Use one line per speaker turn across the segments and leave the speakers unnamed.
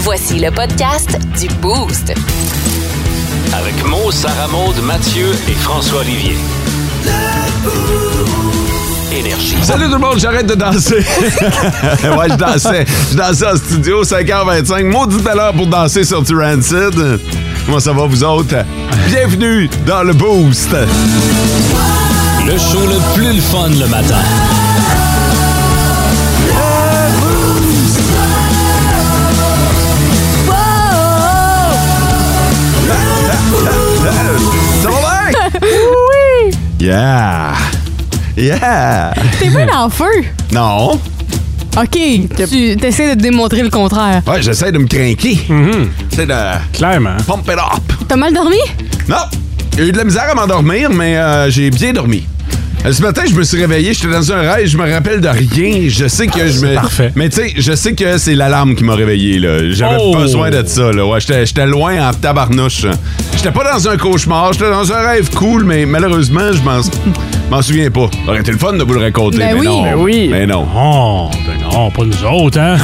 Voici le podcast du Boost.
Avec Mo, Sarah Maud, Mathieu et François Olivier. Énergie.
Salut tout le monde, j'arrête de danser. ouais, je dansais. Je dansais en studio, 5h25. Maudit l'heure pour danser sur Rancid. Comment ça va, vous autres? Bienvenue dans le Boost.
Le show le plus le fun le matin.
Ça va bien?
Oui!
Yeah! Yeah!
T'es mal
Hmm.
en feu!
Non!
OK, tu essaies de démontrer le contraire.
Ouais, j'essaie de me craquer. J'essaie de
Clairement.
pump it up.
T'as mal dormi?
Non! J'ai eu de la misère à m'endormir, mais euh, j'ai bien dormi. Euh, Ce matin, je me suis réveillé, j'étais dans un rêve, je me rappelle de rien. Je sais que je me.
Ah, parfait.
Mais tu sais, je sais que c'est l'alarme qui m'a réveillé, là. J'avais
Oh!
besoin de ça, là. Ouais, j'étais j'étais loin en tabarnouche. J'étais pas dans un cauchemar, j'étais dans un rêve cool, mais malheureusement, je m'en m'en souviens pas. Ça aurait été le fun de vous le raconter,
Ben
mais
oui.
non.
Ben
oui.
Mais non.
Oh, ben non, pas nous autres, hein?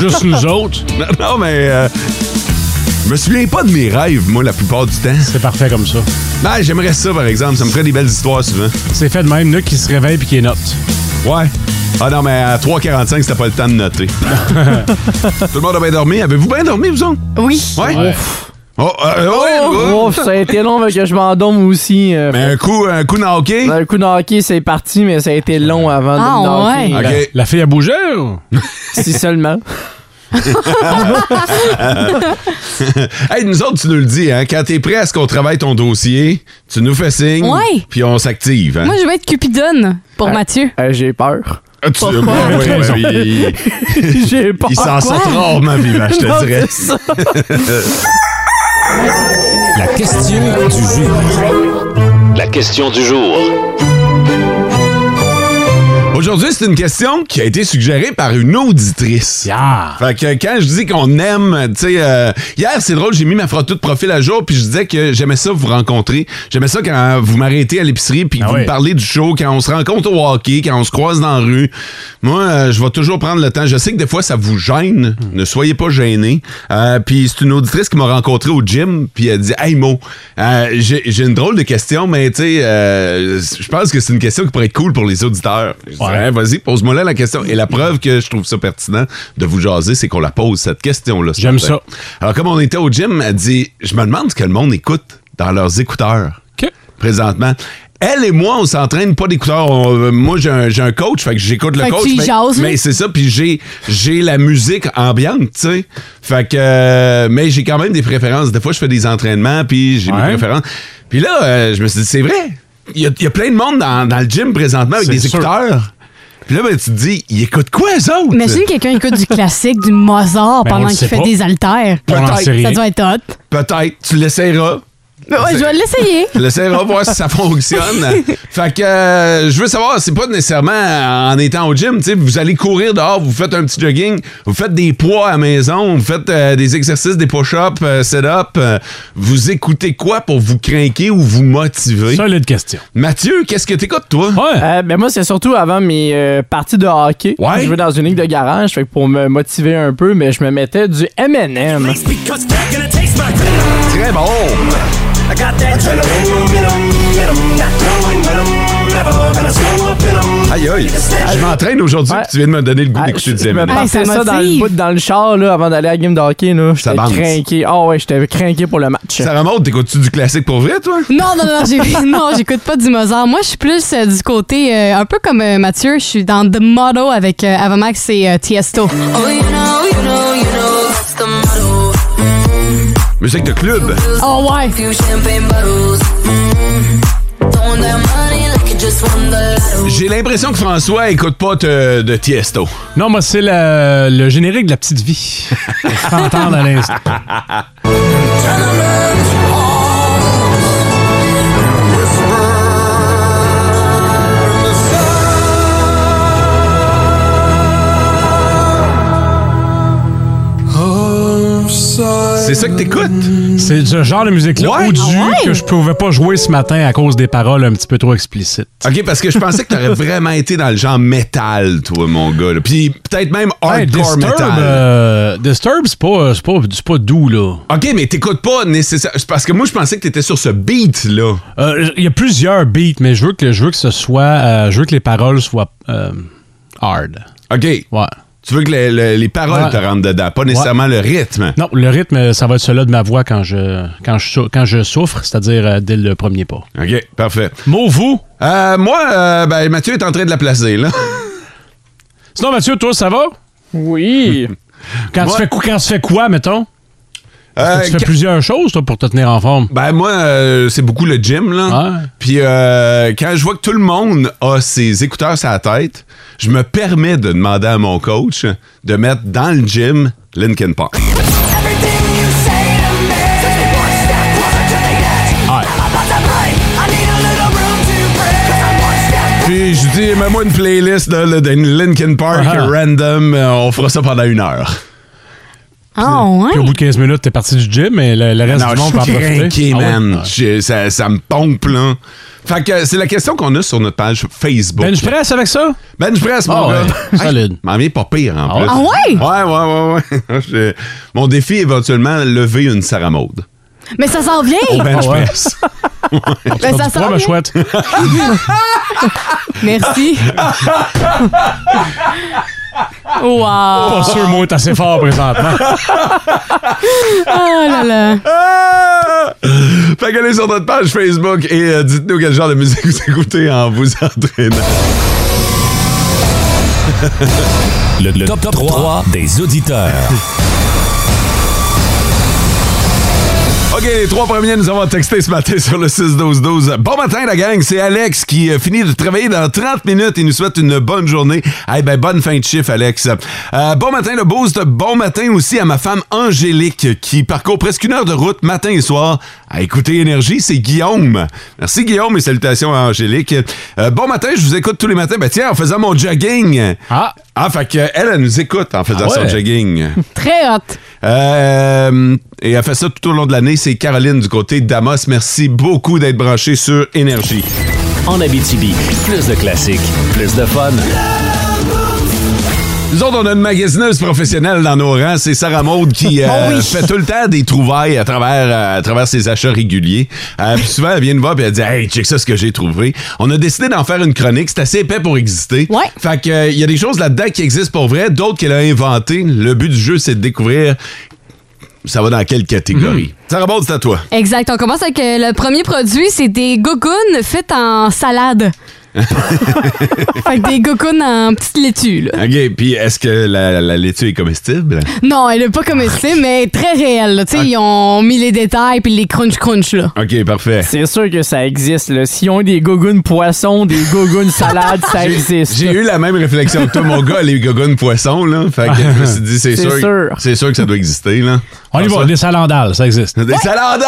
Juste nous autres.
Non, non, mais. euh, je me souviens pas de mes rêves, moi, la plupart du temps.
C'est parfait comme ça.
Ben, j'aimerais ça, par exemple. Ça me ferait des belles histoires souvent.
C'est fait de même, là, qui se réveille puis qui est note.
Ouais. Ah non, mais à 3h45, c'était pas le temps de noter. Tout le monde a bien dormi. Avez-vous bien dormi, vous autres?
Oui.
Ouais. Oh, euh, ouais, ouais.
Ouf, oh, ça a été long mais que je m'endorme aussi. euh,
Mais un coup, un coup dans hockey.
fait- Le coup de hockey, c'est parti, mais ça a été long avant de
Ah,
me
ouais.
knocker,
OK.
là.
La fille a bougé ou?
Si seulement.
Hey, nous autres, tu nous le dis, hein? Quand t'es prêt à ce qu'on travaille ton dossier, tu nous fais signe.
Ouais.
Puis on s'active, hein?
Moi, je vais être Cupidone pour
Hein?
Mathieu.
Euh, j'ai peur.
Ah, tu-
Pourquoi?
Ouais, ouais,
Raison.
ouais, il-
j'ai peur.
il
Ah,
s'en oh, sort rarement vivant, je
Non,
te dirais.
c'est ça.
La question du jour. La question du jour.
Aujourd'hui, c'est une question qui a été suggérée par une auditrice.
Yeah.
Fait que quand je dis qu'on aime, tu sais, euh, hier, c'est drôle, j'ai mis ma photo de profil à jour, puis je disais que j'aimais ça vous rencontrer. J'aimais ça quand vous m'arrêtez à l'épicerie, puis que
Ah
vous
oui.
me parlez du show, quand on se rencontre au hockey, quand on se croise dans la rue. Moi, euh, je vais toujours prendre le temps. Je sais que des fois, ça vous gêne. Ne soyez pas gênés. Euh, puis c'est une auditrice qui m'a rencontré au gym, puis elle dit Hey, Mo, euh, j'ai j'ai une drôle de question, mais tu sais, euh, je pense que c'est une question qui pourrait être cool pour les auditeurs. Je dis,
Ouais.
Hein, vas-y, pose-moi là la question. Et la preuve que je trouve ça pertinent de vous jaser, c'est qu'on la pose, cette question-là. ce
J'aime
matin.
ça.
Alors, comme on était au gym, elle dit Je me demande ce que le monde écoute dans leurs écouteurs
OK.
présentement. Elle et moi, on s'entraîne pas d'écouteurs. On- euh, Moi, j'ai un, j'ai un coach, fait que j'écoute le
Fait que
coach.
tu y
mais-
jases, hein?
mais
là.
c'est ça, puis j'ai j'ai la musique ambiante, tu sais. Fait que euh, mais j'ai quand même des préférences. Des fois, je fais des entraînements, puis j'ai mes
Ouais.
préférences. Puis là, euh, je me suis dit c'est vrai. Il y, a- il y a plein de monde dans, dans le gym présentement avec
C'est
des
sûr.
écouteurs. Puis là, ben, tu te dis, ils écoutent quoi, eux autres?
Imagine quelqu'un écoute du classique, du Mozart
Ben, on
pendant
le
qu'il
sait
fait
pas.
des haltères.
On en sait rien.
Ça doit être hot.
Peut-être, tu l'essayeras.
Ouais, je vais l'essayer.
On essaiera voir si ça fonctionne. fait que euh, je veux savoir, c'est pas nécessairement en étant au gym, tu sais, vous allez courir dehors, vous faites un petit jogging, vous faites des poids à la maison, vous faites euh, des exercices, des push-ups, euh, set-up, euh, vous écoutez quoi pour vous craquer ou vous motiver?
Solide question.
Mathieu, qu'est-ce que t'écoutes, toi?
Ouais.
Euh, ben moi, c'est surtout avant mes euh, parties de hockey.
Ouais.
Je jouais dans une ligue de garage, fait que pour me motiver un peu, mais je me mettais du M&M.
Because they're gonna taste my venom.
Très bon!
I got that adrenaline in 'em, in 'em, not knowing when I'm never gonna slow up in 'em.
Aïe aïe! Je m'entraîne aujourd'hui,
Ouais.
puis tu viens de me donner le goût
Ah,
d'écouter
je-
du
je me
M&M.
Hey, ça
partais ça dans le
motive.
bout dans le char là, avant d'aller à la game de hockey. là. J'étais
bande.
craqué. Ah ouais, j'étais craqué pour le match.
Ça remonte, t'écoutes-tu du classique pour vrai, toi?
Non, non, non, j'ai- non, j'écoute pas du Mozart. Moi, je suis plus euh, du côté, euh, un peu comme euh, Mathieu, je suis dans The Motto avec euh, Avamax et euh, Tiesto.
Musique de club!
Oh ouais!
Mm-hmm.
J'ai l'impression que François écoute pas de, de Tiesto.
Non, moi, c'est le, le générique de la petite vie. Je vais entendre à l'instant.
C'est ça que t'écoutes?
C'est ce genre de musique-là
Ouais.
ou du
Ah ouais?
que je pouvais pas jouer ce matin à cause des paroles un petit peu trop explicites.
OK, parce que je pensais que t'aurais vraiment été dans le genre métal, toi, mon gars. là. Puis peut-être même
Hey,
hardcore
Disturb,
metal.
euh, Disturb, c'est pas, c'est pas, c'est pas doux, là.
OK, mais t'écoutes pas nécessairement. Parce que moi, je pensais que t'étais sur ce beat-là.
Euh, Il y a plusieurs beats, mais je veux que, je veux que ce soit. euh, je veux que les paroles soient euh, hard.
OK.
Ouais.
Tu veux que le- le- les paroles
Ouais.
te rentrent dedans, pas nécessairement le rythme.
Non, le rythme, ça va être celui de ma voix quand je, quand je, sou- quand je souffre, c'est-à-dire euh, dès le premier pas.
OK, parfait.
Mot, vous.
Euh, moi, euh, ben, Mathieu est en train de la placer, là.
Sinon, Mathieu, toi, ça va?
Oui.
Quand,
Moi-
tu, fais, cou- quand tu fais quoi, mettons?
Euh,
tu fais
ca-
plusieurs choses, toi, pour te tenir en forme.
Ben moi, euh, c'est beaucoup le gym, là.
Ouais.
Puis euh, quand je vois que tout le monde a ses écouteurs sur la tête, je me permets de demander à mon coach de mettre dans le gym Linkin Park.
Everything you say to me Takes me one step closer to the edge I'm about to break I need a little room to breathe Cause I'm one step
Puis je dis, mets-moi une playlist là, là, de Linkin Park
Ah.
random, euh, on fera ça pendant une heure.
Ah,
Puis au
ouais.
bout de 15 minutes, t'es parti du gym, mais le, le reste
Non,
du monde peut en
je suis
profiter.
craqué,
Ah ouais?
man.
Ah.
J'ai- Ça, ça me pompe, là. Fait que c'est la question qu'on a sur notre page Facebook.
Ben, je presse avec ça?
Bench press, mon
Ah ouais,
gars.
solide.
M'en vient pas pire, en
Ah ouais?
plus.
Ah
ouais? Ouais, ouais, ouais, ouais. Je- Mon défi, éventuellement, lever une Sarah Maud.
Mais ça s'en vient.
Au bench
Ah ouais.
press.
Ben, ça
Du poids,
s'en
ma
vient.
chouette.
Merci. wow.
Pas sûr, moi, t'es assez fort présentement.
Oh là là.
Ah! Fait que allez sur notre page Facebook et euh, dites-nous quel genre de musique vous écoutez en vous entraînant.
Le, le top, 3, des auditeurs.
OK, les trois premiers nous avons texté ce matin sur le 6-12-12. Bon matin, la gang, c'est Alex qui euh, finit de travailler dans 30 minutes et nous souhaite une bonne journée. Eh ben, bonne fin de chiffre, Alex. Euh, bon matin, le boost. Bon matin aussi à ma femme Angélique qui parcourt presque une heure de route matin et soir à écouter Énergie. C'est Guillaume. Merci, Guillaume, et salutations à Angélique. Euh, bon matin, je vous écoute tous les matins. Ben tiens, en faisant mon jogging.
Ah.
Ah, fait que elle, elle nous écoute en faisant
Ah ouais.
son jogging.
Très hot.
Euh, et elle fait ça tout au long de l'année. C'est Caroline du côté d'Amos. Merci beaucoup d'être branché sur Énergie.
En Abitibi, plus de classiques, plus de fun.
Nous autres, on a une magasineuse professionnelle dans nos rangs. C'est Sarah Maud qui
Ah
euh, fait tout le temps des trouvailles à travers, euh, à travers ses achats réguliers. Euh, puis souvent, elle vient nous voir et elle dit Hey, check ça ce que j'ai trouvé. On a décidé d'en faire une chronique. C'est assez épais pour exister.
Ouais.
Fait que, euh, il y a des choses là-dedans qui existent pour vrai, d'autres qu'elle a inventées. Le but du jeu, c'est de découvrir ça va dans quelle catégorie.
Hmm.
Sarah Maud, c'est à toi.
Exact. On commence avec euh, le premier produit, c'est des gougounes faites en salade. fait que des gougounes en petite laitue, là.
OK, puis est-ce que la, la laitue est comestible?
Non, elle est pas comestible, mais très réelle, là. Tu
Ah.
sais, ils ont mis les détails puis les crunch-crunch, là.
OK, parfait.
C'est sûr que ça existe, là. S'ils ont des gogoons poissons, des gogoons salades, ça existe.
J'ai eu la même réflexion que toi, mon gars, les gogones poissons, là. Fait que je me suis dit, c'est
C'est
sûr,
sûr.
c'est sûr que ça doit exister, là.
On y va,
Comme
des salandales, ça existe.
ça. Des salandales!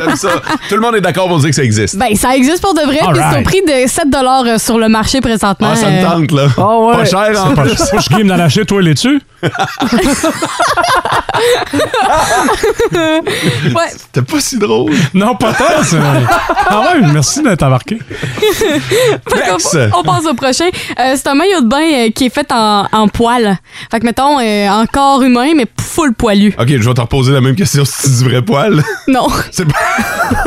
J'aime ça. Tout le monde est d'accord pour dire que ça existe.
Ben, ça existe pour de vrai, puis c'est au
Alright.
prix de 7 euh, sur le marché présentement.
Ah, ça me
Euh,
tente, là.
Ah ouais.
Pas cher, en
Pas-
plus.
Faut que je game dans la chute, toi, les dessus.
ouais.
T'es pas si Ah, drôle.
Non, pas tant, c'est. Ah ouais, merci d'être embarqué.
Flex!
On- On passe au prochain. Euh, c'est un maillot de bain euh, qui est fait en, en poil. Fait que, mettons, euh, en corps humain, mais full poilu.
OK, je vais te reposer la même question si c'est du vrai poil.
Non.
C'est pas...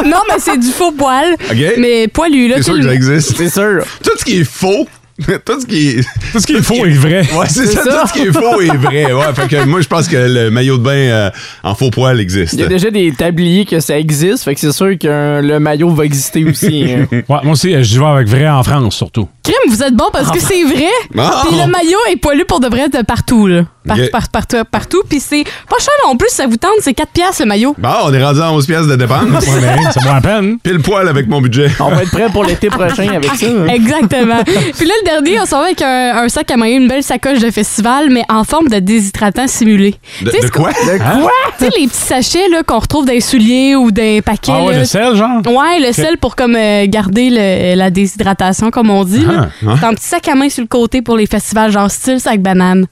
non, mais c'est du faux poil.
OK.
Mais poilu, là.
C'est
tu
sûr
le-
que ça existe.
C'est sûr.
Tout ce qui est faux, tout ce qui est...
Tout ce qui est faux est vrai.
Ouais, c'est ça,
ça.
Tout ce qui est faux est vrai. Ouais, fait que moi, je pense que le maillot de bain euh, en faux poil existe.
Il y a déjà des tabliers que ça existe, fait que c'est sûr que euh, le maillot va exister aussi. hein.
Ouais, moi aussi, euh, j'y vais avec vrai en France, surtout.
Crime, vous êtes bon parce que c'est vrai.
Ah.
Puis le maillot est poilu pour de vrai de partout, là. Partout,
OK.
partout, partout, partout. Puis c'est pas cher en plus, ça vous tente, c'est 4 piastres le maillot.
Bon, on est rendu à 11 piastres de dépenses.
Ouais, mais ça vaut la peine.
Pile poil avec mon budget.
On va être prêt pour l'été prochain avec ça. hein.
Exactement. Puis là, le dernier, on s'en va avec un, un sac à main, une belle sacoche de festival, mais en forme de déshydratant simulé.
De,
Tu sais,
de
ce
quoi? Hein?
Tu sais, les petits sachets là, qu'on retrouve dans les souliers ou d'un paquet.
Ah ouais, le sel, genre?
Ouais, le sel pour comme euh, garder le- la déshydratation, comme on dit. là.
Ah,
T'as un petit sac à main sur le côté pour les festivals, genre style sac banane.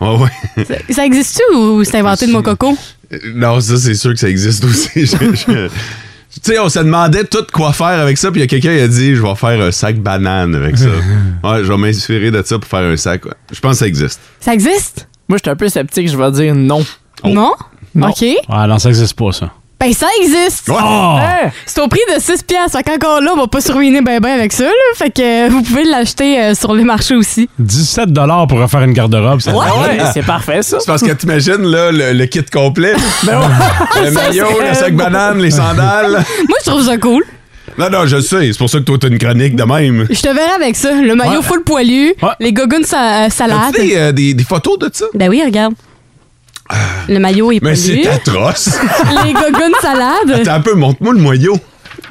Ah Ouais, ouais.
Ça, ça existe-tu ou c'est inventé de mon coco?
Non, ça, c'est sûr que ça existe aussi. Je- je- Tu sais, on se demandait tout quoi faire avec ça, puis il y a quelqu'un qui a dit Je vais faire un sac banane avec ça. ouais, je vais m'inspirer de ça pour faire un sac. Je pense que ça existe.
Ça existe?
Moi, j'étais un peu sceptique, je vais dire non.
Non?
Non.
OK.
Ah non, ça n'existe pas, ça.
Ben, ça existe!
Oh!
Ah!
Hein?
C'est au prix de 6 piastres. Fait qu'encore là, on va pas se ruiner ben ben avec ça, là. Fait que euh, vous pouvez l'acheter euh, sur les marchés aussi.
17 pour refaire une garde-robe, ça.
Ah ouais, c'est parfait ça. Ben
C'est parce que t'imagines, là, le, le kit complet le maillot, le sac banane, les sandales.
Moi, je trouve ça cool.
Non, non, je le sais. C'est pour ça que toi, t'as une chronique de même.
Je te verrai avec ça. Le maillot
Ouais.
full poilu,
Ouais.
les gogoons sa- euh, salades.
As-tu des, euh, Ah. des- des photos de ça
Ben oui, regarde. Le maillot est
Mais
poilu.
c'est atroce.
Les gogoons salades.
T'as un peu, montre-moi le moyau.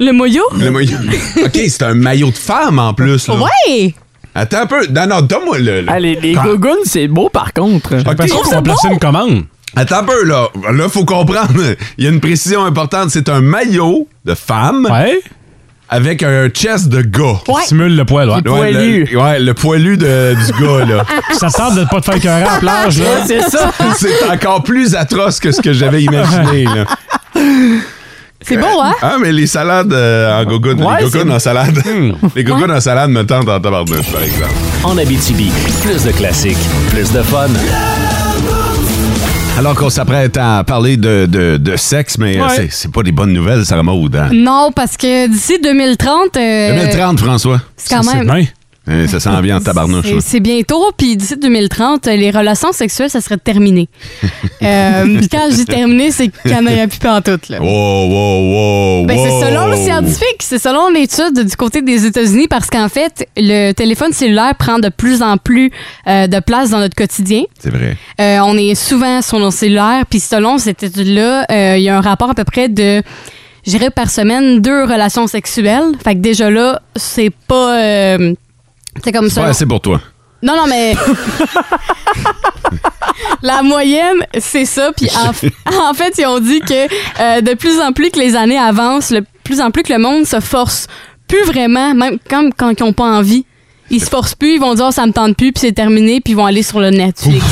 Le maillot.
Le moyau. OK, c'est un maillot de femme en plus. Là.
Ouais!
Attends un peu. Non, non, donne-moi le. le-
Ah, les, les gougounes, c'est beau par contre.
Ok.
Parce qu'on va placer une commande.
Attends un peu, là. Là, faut comprendre. Il y a une précision importante. C'est un maillot de femme
Ouais?
avec un chest de gars.
Qui Simule le poil, ouais.
Ouais. Poilu.
Le, ouais, le poilu de, du gars, là.
Ça te tente de pas te faire cœur à la plage, là.
Ouais, c'est ça.
C'est encore plus atroce que ce que j'avais imaginé, là.
C'est Ah, beau, hein?
Ah, mais les salades euh, en gogoune,
Ouais,
les gogoons
c'est-
en salade. les gogoons en salade me tentent en tabarnouche, par exemple.
Hmm. En Abitibi, plus de classiques, plus de fun.
Alors qu'on s'apprête à parler de, de- de sexe, mais euh,
Ouais.
c'est- c'est pas des bonnes nouvelles, Sarah Maud. hein?
Non, parce que d'ici 2030, euh,
2030, François.
c'est quand
Ça,
même.
bien.
Euh, ça s'en vient en tabarnouche.
C'est-
là.
C'est bientôt, puis d'ici 2030, euh, les relations sexuelles, ça serait terminé. Euh, puis quand je dis terminé, c'est qu'il n'y en aurait plus pantoute. Là.
Wow, wow, wow,
Ben,
Oh, wow.
c'est selon le scientifique, c'est selon l'étude du côté des États-Unis, parce qu'en fait, le téléphone cellulaire prend de plus en plus euh, de place dans notre quotidien.
C'est vrai.
Euh, on est souvent sur nos cellulaires, puis selon cette étude-là, euh, il y a un rapport à peu près de, je dirais par semaine, deux relations sexuelles. Fait que déjà là, c'est pas... euh, c'est comme
C'est pas
ça.
assez pour toi.
Non, non, mais. La moyenne, c'est ça. Puis en, en fait, ils ont dit que euh, de plus en plus que les années avancent, de plus en plus que le monde se force plus vraiment, même comme quand ils n'ont pas envie. Ils se forcent plus, ils vont dire Ah, ça me tente plus, puis c'est terminé, puis ils vont aller sur le Netflix.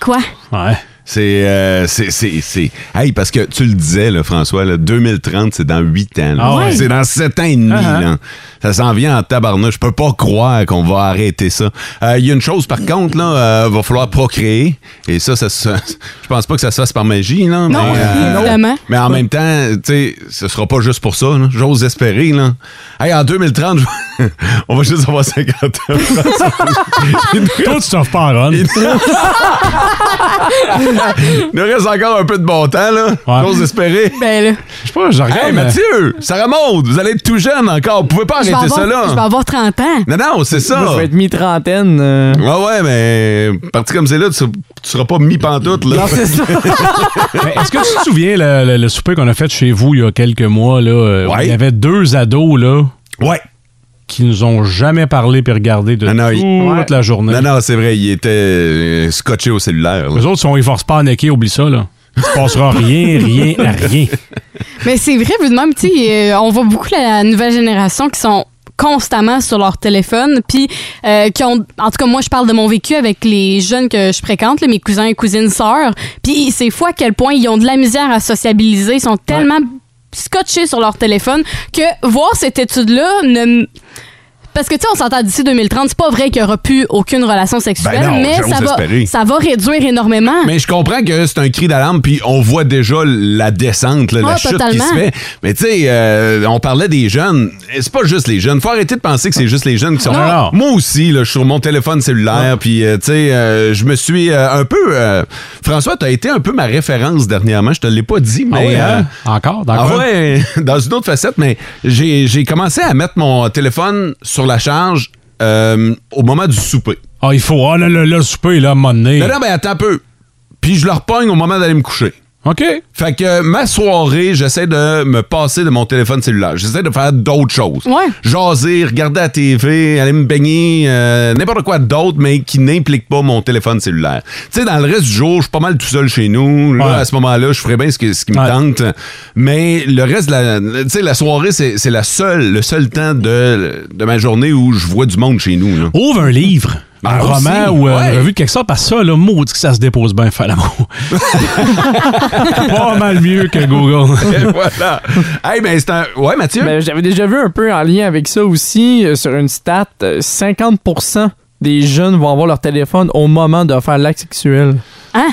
Quoi?
Ouais.
C'est, euh, c'est, c'est, c'est- Hey, parce que tu le disais, là, François, là, 2030, c'est dans 8 ans. là.
Ah ouais.
C'est dans 7 ans et demi.
Ah, ah.
là. Ça s'en vient en tabarnouche. Je peux pas croire qu'on va arrêter ça. Euh, Il y a une chose, par contre, là, euh, va falloir procréer. Et ça, ça, se- je pense pas que ça se fasse par magie. Là,
Non,
mais, euh,
évidemment.
Mais en même temps, tu sais, ce sera pas juste pour ça. là. J'ose espérer. Là. Hey, en 2030, je- on va juste avoir 50 ans.
Toi, tu t'offres pas en run.
Il nous reste encore un peu de bon temps. là.
Ouais.
J'ose espérer.
Ben là,
Je sais pas, je regarde.
Hey
mais-
Mathieu, Sarah Maud, vous allez être tout jeune encore. Vous pouvez pas
je vais,
arrêter
avoir,
ça
je vais
là.
avoir 30 ans.
Non, non, c'est ça.
Moi, je vais être mi-trentaine. euh.
Ouais, ouais, mais parti comme c'est là, tu, tu seras pas mis pantoute. Là.
Non, c'est ça.
Mais Est-ce que tu te souviens le, le- le souper qu'on a fait chez vous il y a quelques mois, là? euh, où
Ouais.
Il y avait deux ados, là,
ouais.
qui nous ont jamais parlé puis regardé de
Non, non,
toute
il-
Ouais.
la journée.
Non, non, c'est vrai, il était euh, scotché au cellulaire. là.
Les autres, si on les force pas à necker, oublie ça, là. Il se passera rien, rien, à rien.
Mais c'est vrai, vu de même, tu sais, euh, on voit beaucoup la nouvelle génération qui sont constamment sur leur téléphone, puis euh, qui ont, en tout cas moi je parle de mon vécu avec les jeunes que je fréquente, là, mes cousins et cousines sœurs, puis c'est fou à quel point ils ont de la misère à sociabiliser, ils sont tellement scotchés sur leur téléphone que voir cette étude-là ne... Parce que tu sais, on s'entend d'ici 2030, c'est pas vrai qu'il y aura plus aucune relation sexuelle,
Ben non,
mais
j'ose
ça va,
espérer.
ça va réduire
Hein?
énormément.
Mais je comprends que c'est un cri d'alarme, puis on voit déjà la descente, là, la
Ah,
chute
totalement.
qui se fait. Mais tu sais, euh, on parlait des jeunes. Et C'est pas juste les jeunes. Faut arrêter de penser que c'est juste les jeunes qui sont.
Non.
là. Moi aussi, là, je suis sur mon téléphone cellulaire, puis euh, tu sais, euh, je me suis euh, un peu. euh, François, t'as été un peu ma référence dernièrement. Je te l'ai pas dit, mais.
Ah ouais,
euh,
hein? Encore, d'accord.
ah ouais, dans une autre facette, mais j'ai j'ai commencé à mettre mon téléphone sur la charge euh, au moment du souper.
Ah, il faut. Ah, là, là, là, le souper, là, à un moment donné.
Non, non, ben attends un peu. Puis je le repogne au moment d'aller me coucher.
OK.
Fait que euh, ma soirée, j'essaie de me passer de mon téléphone cellulaire. J'essaie de faire d'autres choses.
Ouais.
Jaser, regarder la TV, aller me baigner, euh, n'importe quoi d'autre, mais qui n'implique pas mon téléphone cellulaire. Tu sais, dans le reste du jour, je suis pas mal tout seul chez nous. Là,
Ouais.
à ce moment-là, je ferais bien ce, que- ce qui me
Ouais.
tente. Mais le reste de la... Tu sais, la soirée, c'est c'est la seule, le seul temps de, de ma journée où je vois du monde chez nous. là.
Ouvre un livre. un
Ah, aussi,
roman ou euh,
ouais.
une revue de quelque sorte, parce que ça, là, maudit que ça se dépose bien, faire l'amour. pas mal mieux que Google.
Et voilà. Hey, ben, c'est un. Ouais, Mathieu.
Mais j'avais déjà vu un peu en lien avec ça aussi, euh, sur une stat, euh, 50% des jeunes vont avoir leur téléphone au moment de faire l'acte sexuel.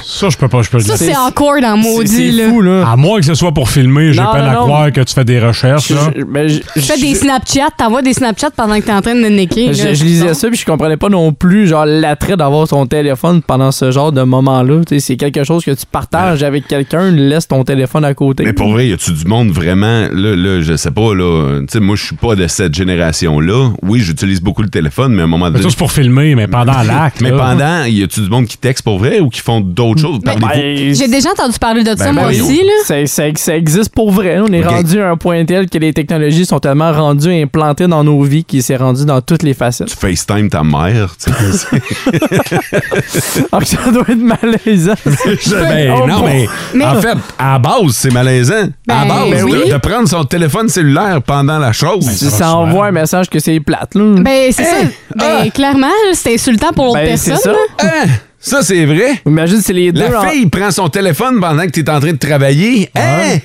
Ça, je peux pas, je peux le
Hein? Ça,
dire.
c'est encore dans
C'est-
maudit,
C'est
là.
fou, là.
À moins que ce soit pour filmer, j'ai
Non,
peine
non,
à
non.
croire que tu fais des recherches.
Je-
là.
je- mais je-
Tu fais
je-
des Snapchats, t'envoies des Snapchats pendant que t'es en train de niquer.
Je,
là.
je lisais ça puis je comprenais pas non plus genre l'attrait d'avoir son téléphone pendant ce genre de moment-là. Tu sais, C'est quelque chose que tu partages avec quelqu'un, laisse ton téléphone à côté.
Mais pour vrai, y a-tu du monde vraiment, là, là, je sais pas, là, tu sais, moi, je suis pas de cette génération-là. Oui, j'utilise beaucoup le téléphone, mais à un moment
Mais
donné.
ça, c'est pour filmer, mais pendant l'acte.
Mais
là.
pendant, y a-tu du monde qui texte pour vrai ou qui font d'autres choses?
Mais-
Parlez-vous.
Ben,
J'ai déjà entendu parler de ça,
ben
moi
voyons.
aussi, là.
c'est- c'est- ça existe pour vrai. On est
Ok.
rendu à un point tel que les technologies sont tellement rendues et implantées dans nos vies qu'il s'est rendu dans toutes les facettes.
Tu FaceTime ta mère, tu sais.
Donc ça dois être malaisant.
Ben,
Oh,
non,
bon.
mais,
Mais-
en fait, à la base, c'est malaisant. à la
Ben,
base,
oui.
de, de prendre son téléphone cellulaire pendant la
Ben,
chose.
ça va
ça
de soi.
envoie un message que c'est plate. Là.
Ben, c'est ça. Ben, clairement, là, c'est insultant pour l'autre
Ben, c'est
personne.
ça.
là.
Hein? Ça, c'est vrai.
Imagine c'est les deux.
La
en-
fille prend son téléphone pendant que tu es en train de travailler. Hein?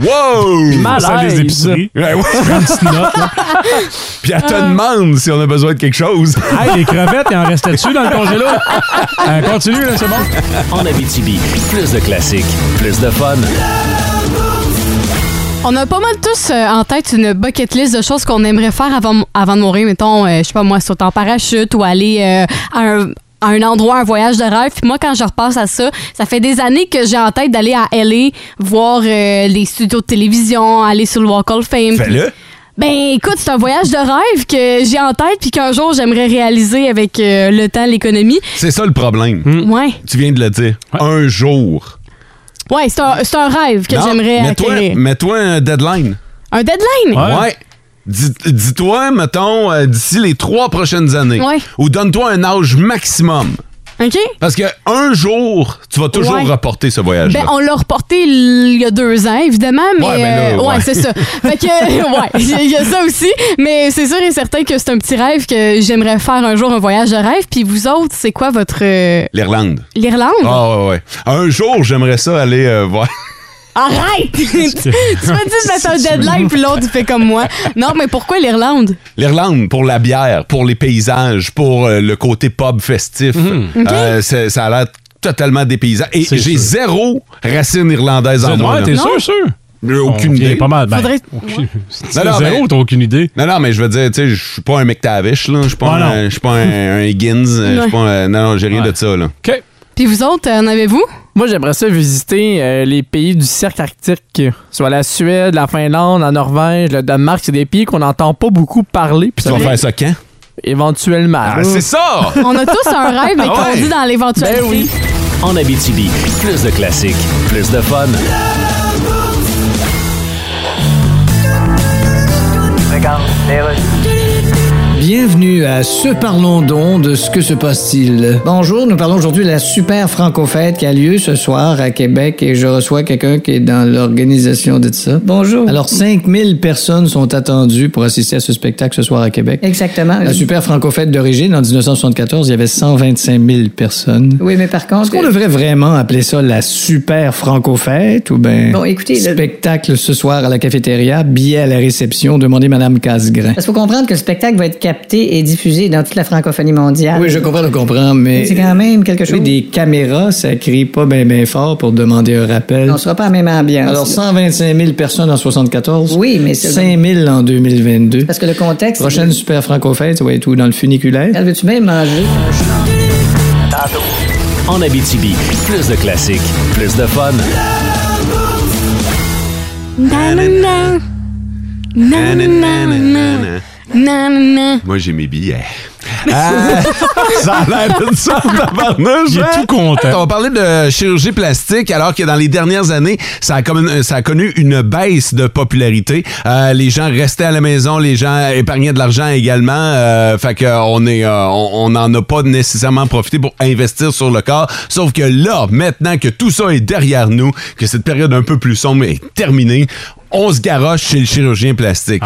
Wow!
Ça,
Malaise.
les épiceries.
Ouais, ouais. Puis elle te demande si on a besoin de quelque chose.
Ah. Hey, les crevettes, il en restait dessus dans le congélo? Euh, continue, là, c'est bon.
En Abitibi, plus de classiques, plus de fun.
On a pas mal tous euh, en tête une bucket list de choses qu'on aimerait faire avant, avant de mourir. Mettons, euh, je sais pas moi, sauter en parachute ou aller euh, à un à un endroit, un voyage de rêve. Puis moi, quand je repasse à ça, ça fait des années que j'ai en tête d'aller à LA, voir euh, les studios de télévision, aller sur le Walk of Fame.
Fais-le.
Ben écoute, c'est un voyage de rêve que j'ai en tête puis qu'un jour j'aimerais réaliser avec euh, le temps, l'économie.
C'est ça le problème.
Hmm.
Ouais.
Tu viens de le dire. Un jour.
Ouais, c'est un, c'est un rêve que
Non,
j'aimerais
mets-toi-
acquérir.
Mets-toi un deadline.
Un deadline.
Ouais.
Dis- Dis-toi, mettons, euh, d'ici les trois prochaines années.
Ouais.
Ou donne-toi un âge maximum.
OK?
Parce que un jour, tu vas toujours
Ouais.
reporter ce voyage-là.
Ben, on l'a reporté l- il y a deux ans, évidemment, mais.
Euh, Ouais, mais là,
euh,
ouais.
ouais, c'est ça. Fait que, euh, ouais, il y a ça aussi. Mais c'est sûr et certain que c'est un petit rêve que j'aimerais faire un jour un voyage de rêve. Puis vous autres, c'est quoi votre. euh,
L'Irlande.
L'Irlande?
Ah ouais, ouais. Un jour, j'aimerais ça aller euh, voir.
Arrête! tu m'as dit de mettre un deadline, puis l'autre, il fait comme moi. Non, mais pourquoi l'Irlande?
L'Irlande pour la bière, pour les paysages, pour euh, le côté pub festif. Euh, c'est- ça a l'air totalement dépaysant. Et
Mhm. C'est
j'ai
sûr.
zéro racine irlandaise en moi.
Ouais,
là.
t'es
Non.
sûr, sûr?
J'ai aucune
On vient
idée.
Pas mal. Ben,
Faudrait-
aucune- Si tu
Non,
fais
non,
zéro,
mais-
t'as aucune idée.
Non, non, mais je veux dire, tu sais, je suis pas un McTavish, là. Je suis pas,
Ah, non.
un- je suis pas un, un Higgins. euh, Je suis pas un- non, non, j'ai rien
Ouais.
de ça, là.
OK.
Puis vous autres, euh, en avez-vous?
Moi, j'aimerais ça visiter euh, les pays du cercle arctique, soit la Suède, la Finlande, la Norvège, le Danemark. C'est des pays qu'on n'entend pas beaucoup parler, puis
Tu
ça
vas
va
faire ça quand?
éventuellement.
Ah,
là.
c'est ça!
On a tous un rêve, mais qu'on
Ah Ouais.
dit dans l'éventualité.
Ben oui.
En Abitibi, plus de classiques, plus de fun.
Bienvenue à Ce Parlons donc de ce que se passe-t-il. Bonjour, nous parlons aujourd'hui de la super franco-fête qui a lieu ce soir à Québec et je reçois quelqu'un qui est dans l'organisation de ça. Bonjour. Alors, 5000 personnes sont attendues pour assister à ce spectacle ce soir à Québec.
Ah
Exactement.
Ah,
La super franco-fête d'origine, en 1974, il y avait 125 000 personnes. Oui, mais par contre... Est-ce
euh,
qu'on devrait vraiment appeler ça la super franco-fête ou bien... Bon, écoutez... Spectacle ce soir à la cafétéria, billet à la réception, demandez Madame Casgrain.
Parce qu'il faut comprendre que le spectacle va être capté et diffusé dans toute la francophonie mondiale.
Oui, je comprends, je comprends, mais...
euh, C'est quand même quelque
Oui,
chose.
des caméras, ça crie pas bien ben fort pour demander un rappel.
On sera pas à même ambiance.
Alors,
là.
125 000 personnes en 74.
Oui, mais c'est-
5 000 en 2022.
Parce que le contexte.
Prochaine super franco-fête, ça va être où? Dans le funiculaire?
Elle veut-tu bien manger?
En Abitibi, plus de classiques, plus de fun.
Nanana. Nanana.
Nanana.
Nanana.
Moi, j'ai mes billets. Ah, ça a l'air d'une sorte tabarnouche.
J'ai
hein?
tout content.
On parlait de chirurgie plastique, alors que dans les dernières années, ça a, comme une- ça a connu une baisse de popularité. Euh, les gens restaient à la maison, les gens épargnaient de l'argent également. Euh, fait qu'on est, euh, on on n'en a pas nécessairement profité pour investir sur le corps. Sauf que là, maintenant que tout ça est derrière nous, que cette période un peu plus sombre est terminée, on se garoche chez le chirurgien plastique.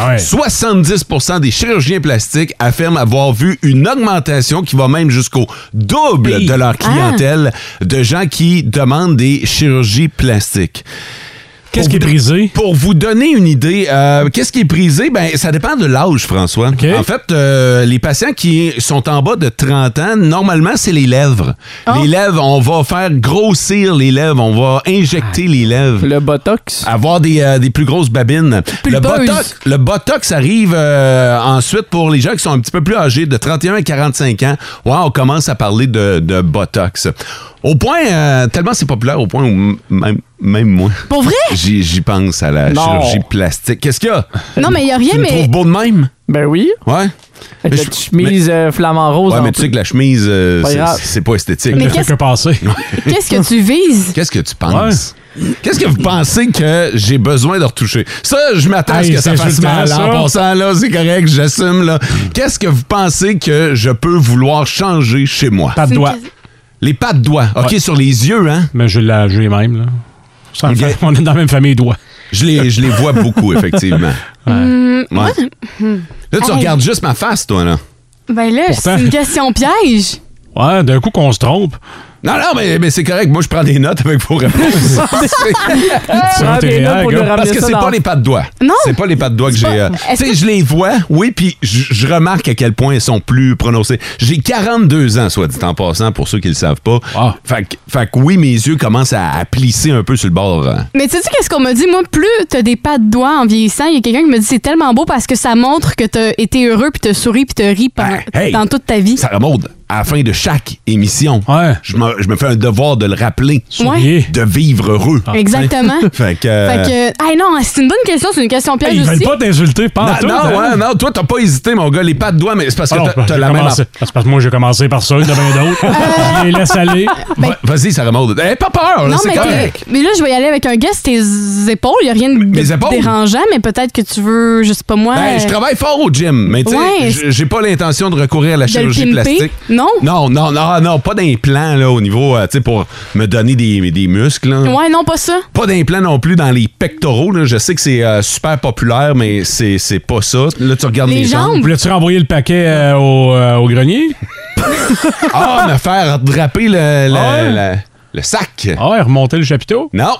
70% des chirurgiens plastiques affirment avoir vu une augmentation qui va même jusqu'au double
Hey.
de leur clientèle de gens qui demandent des chirurgies plastiques. Qu'est-ce qui est brisé? Pour vous donner une idée, euh, qu'est-ce qui est brisé? Ben, ça dépend de l'âge, François. En fait, euh, les patients qui sont en bas de 30 ans, normalement, c'est les lèvres.
Ah.
Les lèvres, on va faire grossir les lèvres, on va injecter les lèvres.
Ah. Le botox.
Avoir des, euh, des plus grosses babines. Le
Pulpeuse.
botox, le botox arrive euh, ensuite pour les gens qui sont un petit peu plus âgés, de 31 à 45 ans. Ouais, on commence à parler de, de botox. Au point, euh, tellement c'est populaire, au point où m- même, même moi.
Pour vrai?
J'y j'y pense à la
Non.
chirurgie plastique. Qu'est-ce qu'il y a?
Non, mais il y a rien,
Tu me
mais-
trouves beau de même?
Ben oui.
Ouais.
Avec la petite chemise euh, flamant rose.
Ouais,
en
mais tu sais
plus.
que la chemise, euh,
Pas
c'est-
grave.
c'est pas esthétique.
Mais Elle ne fait qu'est-ce- que
passer.
Qu'est-ce que tu vises?
Qu'est-ce que tu penses? Qu'est-ce que vous pensez que j'ai besoin de retoucher? Ça, je m'attends à ce
Hey,
que ça
c'est
fasse
insultant,
mal. hein,
ça.
En passant, là, c'est correct, j'assume, là. Qu'est-ce que vous pensez que je peux vouloir changer chez moi? Pas
de C'est doigts.
Les pas de doigts. OK,
Ouais.
sur les yeux, hein?
Mais je la- je les mêmes, là. Ça me fait- On est dans la même famille d'oies.
Je les, je les vois beaucoup, effectivement. Mmh,
Hum,
Ouais.
ouais. Hum.
Là, tu
Hey.
regardes juste ma face, toi, là.
Ben là,
Pourtant-
c'est une question piège.
Ouais, d'un coup qu'on se trompe. Non, non, mais, mais c'est correct. Moi, je prends des notes avec vos réponses.
Prends des notes Ah, pour nous ramener
Parce que
ça
c'est
dans-
pas les pattes de doigts.
Non.
C'est pas les pattes de doigts que j'ai. euh, Tu
Est-ce
sais,
que-
je les vois, oui, puis je je remarque à quel point ils sont plus prononcés. J'ai 42 ans, soit dit en passant, pour ceux qui le savent pas. Fait, que- fait que oui, mes yeux commencent à, à plisser un peu sur le bord. hein.
Mais tu sais qu'est-ce qu'on m'a dit moi plus t'as des pas de doigts en vieillissant, il y a quelqu'un qui me dit c'est tellement beau parce que ça montre que t'as été heureux puis t'as souri puis t'as ri pendant-
Ah, hey.
dans toute ta vie.
Ça remonte à la fin de chaque émission. Je, me, je me fais un devoir de le rappeler.
Souriez.
De vivre heureux.
Exactement.
fait que. euh,
Fait que ah non, c'est une bonne question, c'est une question piège
Hey, ils veulent
aussi.
pas
Insulté
Non,
par
Ah, non, ouais, non, toi, t'as pas hésité, mon gars. Les pas de doigts, mais c'est parce que t'as- t'as la même.
C'est parce que moi, j'ai commencé par ça, devant
Euh,
d'autres. Je les laisse aller.
Va- Vas-y, ça remonte. Eh, pas peur, là,
Ben, non,
c'est
mais,
correct.
t'es- mais là, je vais y aller avec un guess, tes épaules, il n'y a rien de
Mes épaules?
dérangeant, mais peut-être que tu veux, je sais pas moi.
Ben, je
euh,
travaille fort au gym, mais tu sais,
Ouais.
j- j'ai pas l'intention de recourir à la
De le
chirurgie
pimper?
plastique.
Non?
Non, non, non, non, pas d'implants, là, au niveau, euh, tu sais, pour me donner des, des muscles, là.
Ouais, non, pas ça.
Pas d'implant non plus dans les pectoraux. Là. Je sais que c'est euh, super populaire, mais c'est c'est pas ça. Là, tu regardes
Vous
les,
Voulais-tu renvoyer le paquet euh, au, euh, au grenier?
Ah, me faire draper le, le,
Ah ouais?
le- le sac.
Ah, ouais, remonter le chapiteau?
Non.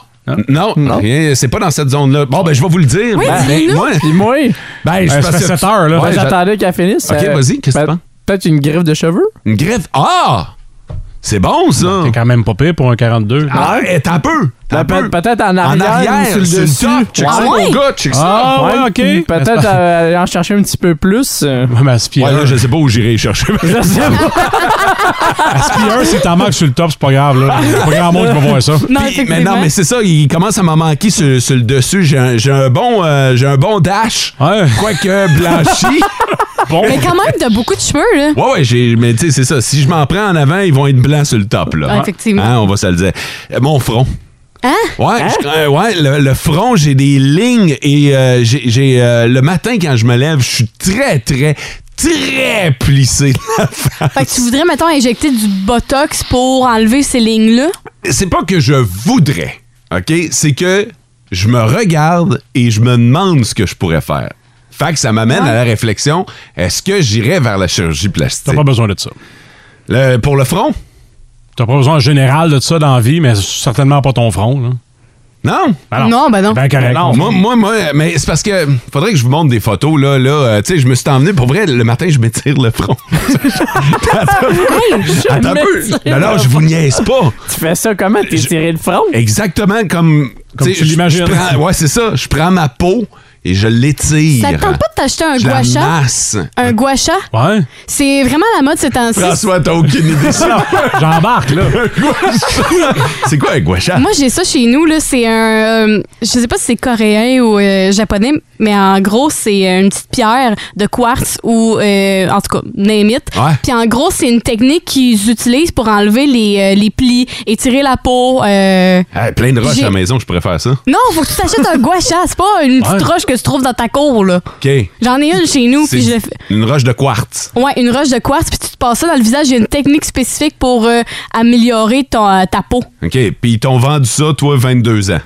Non, rien, c'est pas dans cette zone-là. Bon, ben, je vais vous le dire.
Oui,
Ben,
dis-le.
moi.
Puis moi.
Ben, je
ça
passe
fait sept heures, là.
Ouais,
Ouais,
J'attendais qu'elle finisse.
Ok,
euh,
vas-y, qu'est-ce que
ben,
tu penses?
Peut-être une griffe de cheveux?
Une greffe. Ah! C'est bon, ça!
T'es quand même pas pire pour un 42.
Ah, et t'as peu! T'as peu!
Ben, Peut-être en
En
arrière,
arrière,
ou sur le
sur le
dessus.
top, check ça, Ah mon ouais? gars, check ça.
Ah, ouais, ok.
puis Peut-être euh, aller en chercher un petit peu plus. euh.
Ouais, là, je sais pas où j'irai chercher.
Je sais pas.
Aspire, si t'en manques sur le top, c'est pas grave, là. Pas grand monde qui va voir ça.
Puis, mais non, mais c'est ça, il commence à m'en manquer sur, sur le dessus. J'ai un, j'ai un bon euh, j'ai un bon dash. Quoique blanchi. bon.
Mais quand même, t'as beaucoup de cheveux, là.
Ouais, ouais, j'ai, mais tu sais, c'est ça. Si je m'en prends en avant, ils vont être blancs sur le top, là.
Ah, effectivement.
Hein, on va se le dire. Euh, Mon front.
Hein?
Ouais, je- euh, ouais le, le front, j'ai des lignes et euh, j'ai, j'ai, euh, le matin, quand je me lève, je suis très, très, très plissé.
Fait que tu voudrais, mettons, injecter du Botox pour enlever ces lignes-là.
c'est pas que je voudrais, OK? C'est que je me regarde et je me demande ce que je pourrais faire. Fait que ça m'amène à la réflexion, est-ce que j'irais vers la chirurgie plastique? T'as pas
besoin de ça.
pour le front?
T'as pas besoin en général de ça dans la vie, mais certainement pas ton front, là.
Non?
Non, ben non.
Ben correct.
Non, moi, moi, moi, mais c'est parce que faudrait que je vous montre des photos, là, là. euh, tu sais, je me suis emmené, pour vrai, le matin, je m'étire le front. Attends, Attends un peu. Non, non, je vous niaise pas.
Tu fais ça comment? T'es tiré le front?
Exactement comme,
Comme
sais,
tu
je-
l'imagines.
je prends- Ouais, c'est ça. Je prends ma peau et je l'étire.
Ça te tente pas de t'acheter un
Je la
guacha?
masse.
Un guacha?
Ouais.
C'est vraiment la mode ces temps-ci.
François, t'as aucune idée ça.
J'embarque, là.
c'est quoi un guacha?
Moi, j'ai ça chez nous. là. C'est un. euh, je sais pas si c'est coréen ou euh, japonais, mais en gros, c'est euh, une petite pierre de quartz ou, euh, en tout cas, name it.
Ouais.
Puis en gros, c'est une technique qu'ils utilisent pour enlever les, euh, les plis, étirer la peau. euh.
Ah, plein de roches
J'ai-
à la maison, je pourrais faire ça.
Non, faut que tu t'achètes un guacha. C'est pas une petite
Ouais.
roche que tu trouves dans ta cour. là.
OK.
J'en ai une chez nous,
C'est
puis je le fais-
Une roche de quartz.
Ouais, une roche de quartz, puis tu te passes ça dans le visage. Il y a une technique spécifique pour euh, améliorer ton, euh, ta peau.
OK. Puis ils t'ont vendu ça, toi, 22 ans.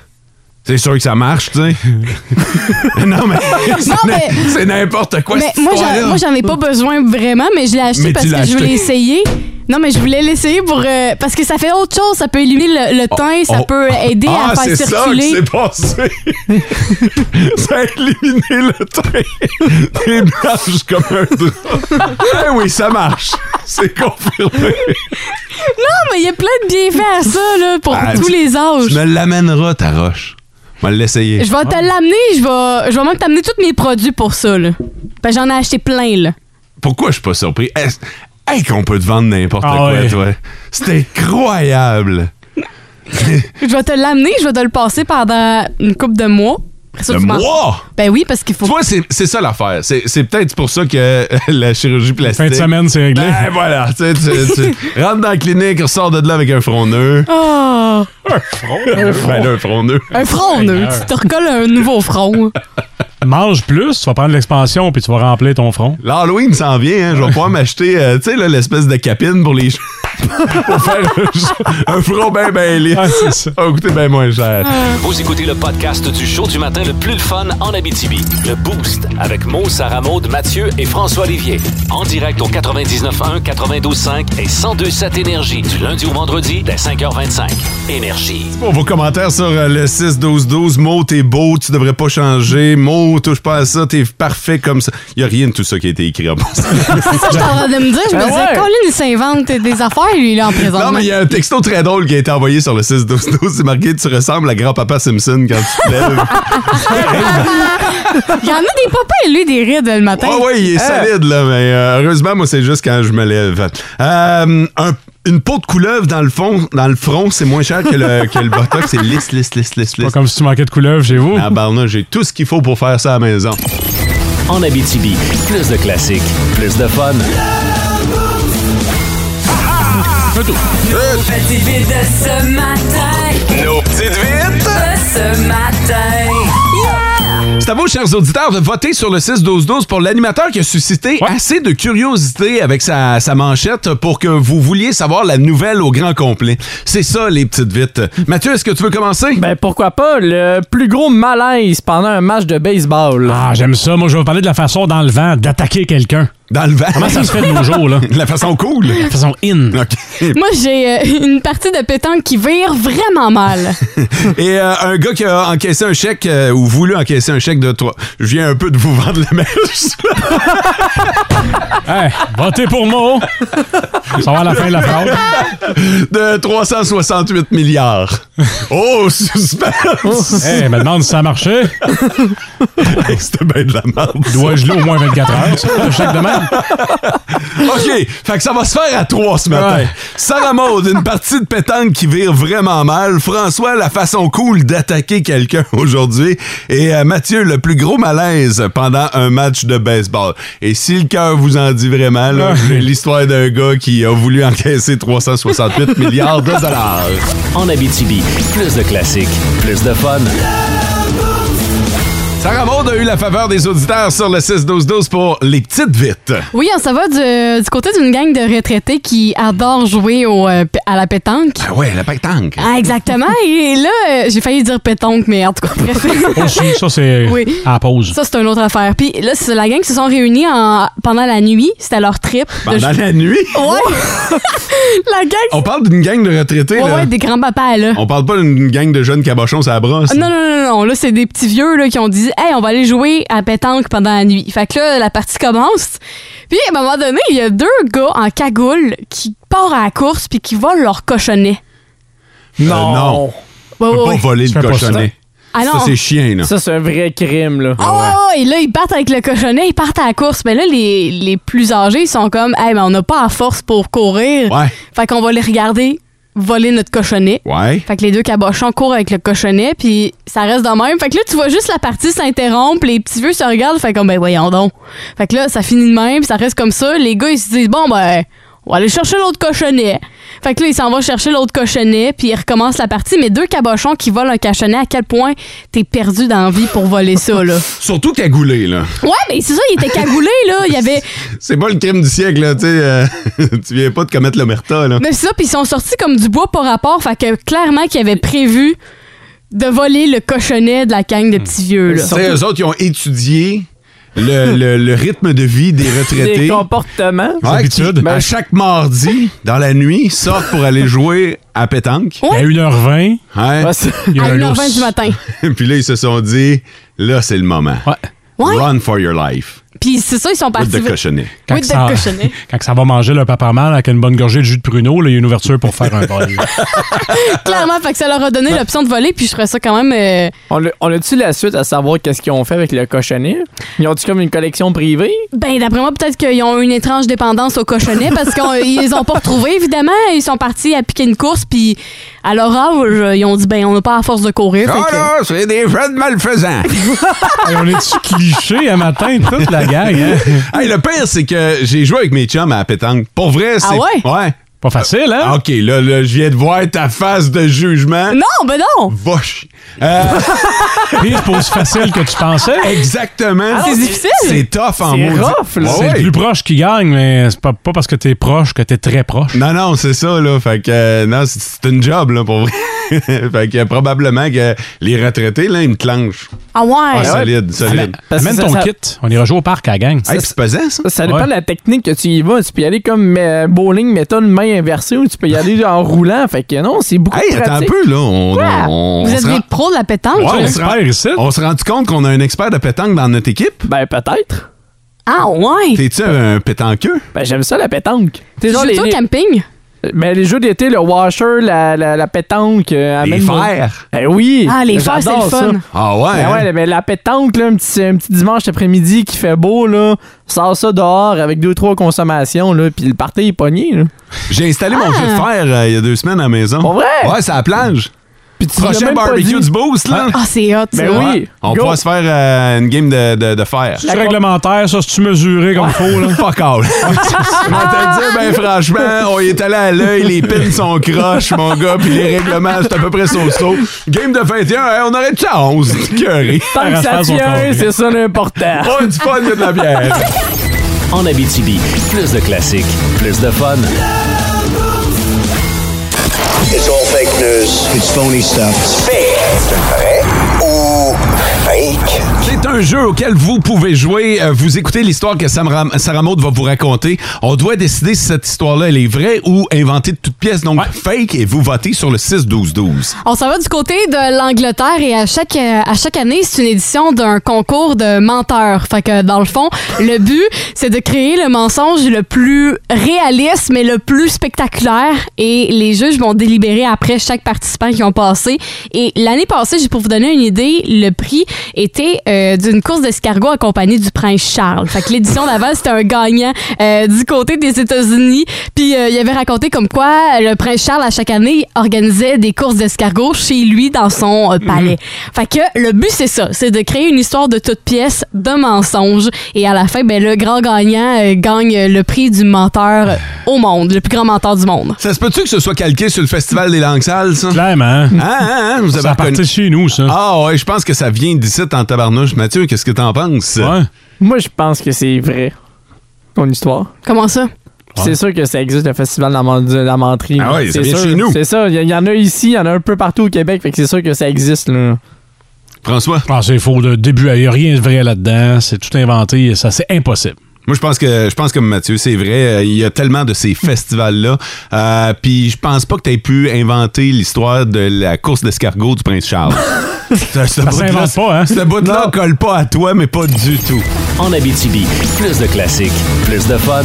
C'est sûr que ça marche, tu sais. non, mais c'est
Non, mais-
c'est n'importe quoi.
mais
cette
moi,
histoire-là.
j'en, moi, j'en ai pas besoin vraiment, mais je l'ai acheté
Mais tu
parce que
l'as
je voulais
acheté.
essayer. Non, mais je voulais l'essayer pour. euh, parce que ça fait autre chose. Ça peut illuminer le, le teint, ça
Oh.
peut aider
ah,
à faire
c'est ça
circuler.
qui s'est passé. ça a éliminé le train des marches comme un drap. Eh oui, ça marche. C'est confirmé.
non, mais il y a plein de bienfaits à ça, là, pour
Ah,
tous
tu-
les âges.
Tu me l'amèneras, ta roche. Je vais l'essayer.
Je vais te l'amener, je vais, je vais même t'amener tous mes produits pour ça, là. Parce que j'en ai acheté plein, là.
Pourquoi je suis pas surpris? Est-ce- Hey, qu'on peut te vendre n'importe
Ah
quoi,
ouais.
toi. C'est incroyable.
Je vais te l'amener, je vais te le passer pendant une couple de mois. Après ça,
De
tu m'en-
mois?
Ben oui, parce qu'il faut.
Tu vois, c'est c'est ça l'affaire. C'est c'est peut-être pour ça que la chirurgie plastique.
Fin de semaine, c'est réglé.
Ben voilà, tu, sais, tu- tu rentres dans la clinique, ressors de là avec un front neuf.
Oh,
Un front, Ben un front neuf.
un front, là. Tu te recolles un nouveau front.
Mange plus, tu vas prendre l'expansion puis tu vas remplir ton front.
L'Halloween s'en vient, hein. Je vais pouvoir m'acheter, euh, tu sais, là, l'espèce de capine pour les. che- pour faire un, un front bien, bien lisse.
Ah, c'est ça.
Ça va coûter bien moins cher.
Vous écoutez le podcast du show du matin le plus le fun en Abitibi. Le Boost avec Mo, Sarah Maud, Mathieu et François Olivier. En direct au 99.1, 92.5 et 102.7 Énergie du lundi au vendredi dès 5h25. Énergie.
Pour vos commentaires sur euh, le 6-12-12, Mo, t'es beau, tu devrais pas changer. Mo, touche pas à ça, t'es parfait comme ça. Il a rien de tout ça qui a été écrit en passant.
C'est ça que j'étais en train de me dire. Je me
Ben
Ah
disais,
ouais.
Colin, il s'invente des affaires, lui, là, en
Non,
présent.
mais il y a un texto très drôle qui a été envoyé sur le 6-12-12. C'est marqué Tu ressembles à grand-papa Simpson quand tu te lèves.
Il y en a des papas, lui, des rides le matin.
Ouais, ouais, il est solide, là, mais euh, heureusement, moi, c'est juste quand je me lève. Euh, un- une peau de couleuvre dans le fond, dans le front, c'est moins cher que le, que le botox. C'est lisse, lisse, lisse, lisse,
Pas
lisse.
comme si tu manquais de couleuvre chez vous.
Ah, ben, j'ai tout ce qu'il faut pour faire ça à la maison.
En Abitibi, plus de classiques, plus de fun.
Petite vie de ce matin,
Nos petites vites!
de ce matin.
C'est à vous, chers auditeurs, de voter sur le 6-12-12 pour l'animateur qui a suscité
Ouais.
assez de curiosité avec sa, sa manchette pour que vous vouliez savoir la nouvelle au grand complet. C'est ça, les petites vites. Mathieu, est-ce que tu veux commencer?
Ben pourquoi pas le plus gros malaise pendant un match de baseball.
Ah, j'aime ça. Moi, je vais vous parler de la façon dans le vent d'attaquer quelqu'un.
Dans le vent.
Comment ça se fait de nos jours, là?
De la façon cool.
De façon in.
OK.
Moi, j'ai euh, une partie de pétanque qui vire vraiment mal.
Et euh, un gars qui a encaissé un chèque euh, ou voulu encaisser un chèque de toi. Je viens un peu de vous vendre la mèche.
Hey, votez pour moi. oh. Ça va à la fin de la phrase.
de 368 milliards. Oh, suspense!
Hey, me Eh, demande si ça a marché.
Hey, C'était bien de la merde.
Dois-je l'eau au moins 24 heures? ça, un chèque de même.
Hein? OK, fait que ça va se faire à trois ce matin.
Ouais.
Sarah Maud, une partie de pétanque qui vire vraiment mal. François, la façon cool d'attaquer quelqu'un aujourd'hui. Et euh, Mathieu, le plus gros malaise pendant un match de baseball. Et si le cœur vous en dit vraiment, là,
Ouais.
j'ai l'histoire d'un gars qui a voulu encaisser 368 milliards de dollars.
En Abitibi, plus de classiques, plus de fun.
Sarah Maud a eu la faveur des auditeurs sur le 6-12-12 pour les petites vites.
Oui, on s'en va du, du côté d'une gang de retraités qui adorent jouer au, euh, p- à la pétanque.
Ah ouais, la pétanque.
Ah, exactement. Et là, euh, j'ai failli dire pétanque, mais en tout cas, bref.
Oh, si, ça, c'est
Oui.
à la pause.
Ça, c'est une autre affaire. Puis là, c'est la gang qui se sont réunis en- pendant la nuit. C'était leur trip. de
Pendant
jou-
la nuit,
Ouais. la gang.
on parle d'une gang de retraités.
Ouais,
là.
ouais, des grands-papas, là.
On parle pas d'une gang de jeunes cabochons à la brosse.
Ah, Non, non, non, non, non. Là, c'est des petits vieux là, qui ont dit Hey, on va aller jouer à pétanque pendant la nuit. Fait que là, la partie commence. Puis, à un moment donné, il y a deux gars en cagoule qui partent à la course puis qui volent leur cochonnet.
Euh,
Nou.
non.
Ouais,
On
ouais,
peut pas
ouais.
voler
Tu
le
fais pas
cochonnet.
Ah non.
Ça, c'est chien, là.
Ça c'est un vrai crime là.
Ah ouais, ouais, et là, ils partent avec le cochonnet, ils partent à la course. Mais là, les, les plus âgés, ils sont comme, hey, ben, on n'a pas la force pour courir.
Ouais.
Fait qu'on va les regarder voler notre cochonnet.
Ouais.
Fait que les deux cabochons courent avec le cochonnet, puis ça reste de même. Fait que là, tu vois juste la partie s'interrompre, les petits vieux se regardent, fait comme, ben voyons donc. Fait que là, ça finit de même, puis ça reste comme ça. Les gars, ils se disent, bon, ben, on va aller chercher l'autre cochonnet. Fait que là, ils s'en vont chercher l'autre cochonnet, puis ils recommencent la partie. Mais deux cabochons qui volent un cochonnet, à quel point t'es perdu dans la vie pour voler ça, là?
Surtout cagoulé, là.
Ouais, mais c'est ça, il était cagoulé, là. Il y avait.
C'est pas le crime du siècle, là. Tu sais, euh, tu viens pas de commettre l'omerta, là.
Mais c'est ça, puis ils sont sortis comme du bois par rapport, fait que clairement qu'ils avaient prévu de voler le cochonnet de la gang de petits vieux. Là.
Tu sais, eux autres, ils ont étudié le, le- le rythme de vie des retraités.
Des comportements. Ben,
Ouais, qui, à chaque mardi, dans la nuit, sortent pour aller jouer à pétanque.
Ouais.
À 1h20.
Ouais.
il y a
à
un
1h20
ours.
du matin.
Puis là, ils se sont dit, là, c'est le moment.
Ouais.
Run for your life.
Puis c'est ça, ils sont
With
partis.
the cochonnet.
Quand,
Oui,
que
de
ça,
cochonnet.
quand que ça va manger le papa mal avec une bonne gorgée de jus de pruneau, là, il y a une ouverture pour faire un bol.
Clairement, fait que ça leur a donné l'option de voler, puis je ferais ça quand même. euh,
On l'a- on a-tu la suite à savoir qu'est-ce qu'ils ont fait avec le cochonnet? Ils ont-tu comme une collection privée?
Ben, d'après moi, peut-être qu'ils ont une étrange dépendance au cochonnet parce qu'ils les ont pas retrouvés, évidemment. Ils sont partis à piquer une course, puis à leur âge, ils ont dit, ben, on n'a pas à force de courir. fait que-
Ah c'est des jeunes malfaisants.
Hey, on est-tu cliché à matin, toute la gang? hein?
Hey, le pire, c'est que j'ai joué avec mes chums à la pétanque. Pour vrai, c'est.
Ah ouais?
Pas facile, hein?
OK, là, là, je viens de voir ta face de jugement.
Non, ben non!
Va chier. Euh,
Pire pause facile que tu pensais.
exactement.
Ah, c'est difficile.
C'est tough
Ah,
en
C'est
mots.
rough, là.
C'est le plus proche qui gagne, mais c'est pas, pas parce que t'es proche que t'es très proche.
Non, non, c'est ça, là. Fait que, euh, non, c'est- c'est une job, là, pour vrai. fait que, euh, probablement que les retraités, là, ils me clenchent.
Ah ouais!
Ah, solide, solide.
Parce que
Amène
ça-
ton
ça-
kit. On ira jouer au parc à la gang.
Hey, c'est pesant, ça?
Ça dépend
Ouais.
de la technique que tu y vas. Tu peux y aller comme euh, bowling, méthode main inversée ou tu peux y aller en roulant. Fait que non, c'est beaucoup
Hey,
de
attends un
pratique.
peu, là. On,
Ah,
Oh on- on
Vous
se
êtes
rend-
des pros de la pétanque?
Ouais,
on
on
se
se rend-
perd ici.
on s'est rendu compte qu'on a un expert de pétanque dans notre équipe.
Ben peut-être.
Ah ouais!
T'es-tu un pétanqueux?
Ben j'aime ça la pétanque.
Tu
T'sais, genre,
joues
les,
ça au
les-
camping?
ben, les jeux d'été, le washer, la, la, la pétanque. euh,
Les
amène-
fers.
Ben oui.
Ah, les fers, c'est le
J'adore ça.
fun!
Ah ouais?
Ben
hein?
ouais, mais la pétanque, là, un, petit, un petit dimanche après-midi qui fait beau, là, sors ça dehors avec deux, trois consommations, là, puis le party est pogné. Là.
J'ai installé mon jeu de fer euh, il y a deux semaines à la maison.
Ah! Pour vrai?
Ouais, c'est à la plage.
Puis tu l'as
Prochain
même pas
barbecue
dit.
du boost, là.
Ah, c'est hot,
Ben
ça.
oui.
Ouais. On
go.
pourra se faire euh, une game de, de, de fer.
C'est réglementaire, ça, c'est-tu mesuré comme faut, là?
Fuck all. Je vais te dire, ben franchement, on y est allé à l'œil, les pins sont croches, mon gars, puis les règlements, c'est à peu près so-so. Game de 21, hein, on aurait de ça à 11. Curry.
Tant que ça
Faire son
tient,
temps.
c'est ça l'important.
Pas du fun, il y a de la bière.
En Abitibi, plus de classiques, plus de fun.
It's all fake news. It's phony stuff. C'est vrai ou fake?
C'est un jeu auquel vous pouvez jouer. Euh, Vous écoutez l'histoire que Sam Ram- Sarah Maud va vous raconter. On doit décider si cette histoire-là, elle est vraie ou inventée de toutes pièces. Donc, fake, et vous votez sur le 6-12-12.
On s'en va du côté de l'Angleterre et à chaque, euh, à chaque année, c'est une édition d'un concours de menteurs. Fait que dans le fond, le but, c'est de créer le mensonge le plus réaliste, mais le plus spectaculaire. Et les juges vont délibérer après chaque participant qui ont passé. Et l'année passée, juste pour vous donner une idée, le prix était euh, d'une course d'escargot accompagnée du prince Charles. Fait que l'édition d'avant, c'était un gagnant euh, du côté des États-Unis. Puis euh, il avait raconté comme quoi le prince Charles, à chaque année, organisait des courses d'escargot chez lui dans son euh, palais. Fait que le but, c'est ça. C'est de créer une histoire de toute pièce, de mensonge. Et à la fin, ben, le grand gagnant euh, gagne le prix du menteur au monde, le plus grand menteur du monde.
Ça se peut-tu que ce soit calqué sur le Festival des langues sales, ça?
Clairement.
Hein, hein, hein, vous avez
Ça
reconnu-
partait chez nous, ça.
Ah ouais, je pense que ça vient d'ici en tabarnouche. Mathieu, qu'est-ce que t'en penses?
Ouais.
Moi, je pense que c'est vrai, ton histoire.
Comment ça?
Puis C'est sûr que ça existe, le festival de la man- de la menterie.
Ah
là.
ouais, ça
c'est
vient de
sûr.
chez nous.
C'est ça, il y, il y en a ici, il y en a un peu partout au Québec, fait que c'est sûr que ça existe. Là.
François,
Je pense que Ah, c'est faux de début. Il n'y a rien de vrai là-dedans. C'est tout inventé. Ça, c'est impossible.
moi je pense que je pense comme Mathieu, c'est vrai, euh, il y a tellement de ces festivals-là. Euh, Puis je pense pas que t'aies pu inventer l'histoire de la course d'escargot du Prince Charles. ça ça
s'invente pas, hein?
Ce bout-là colle pas à toi, mais pas du tout.
En Abitibi, plus de classiques, plus de fun.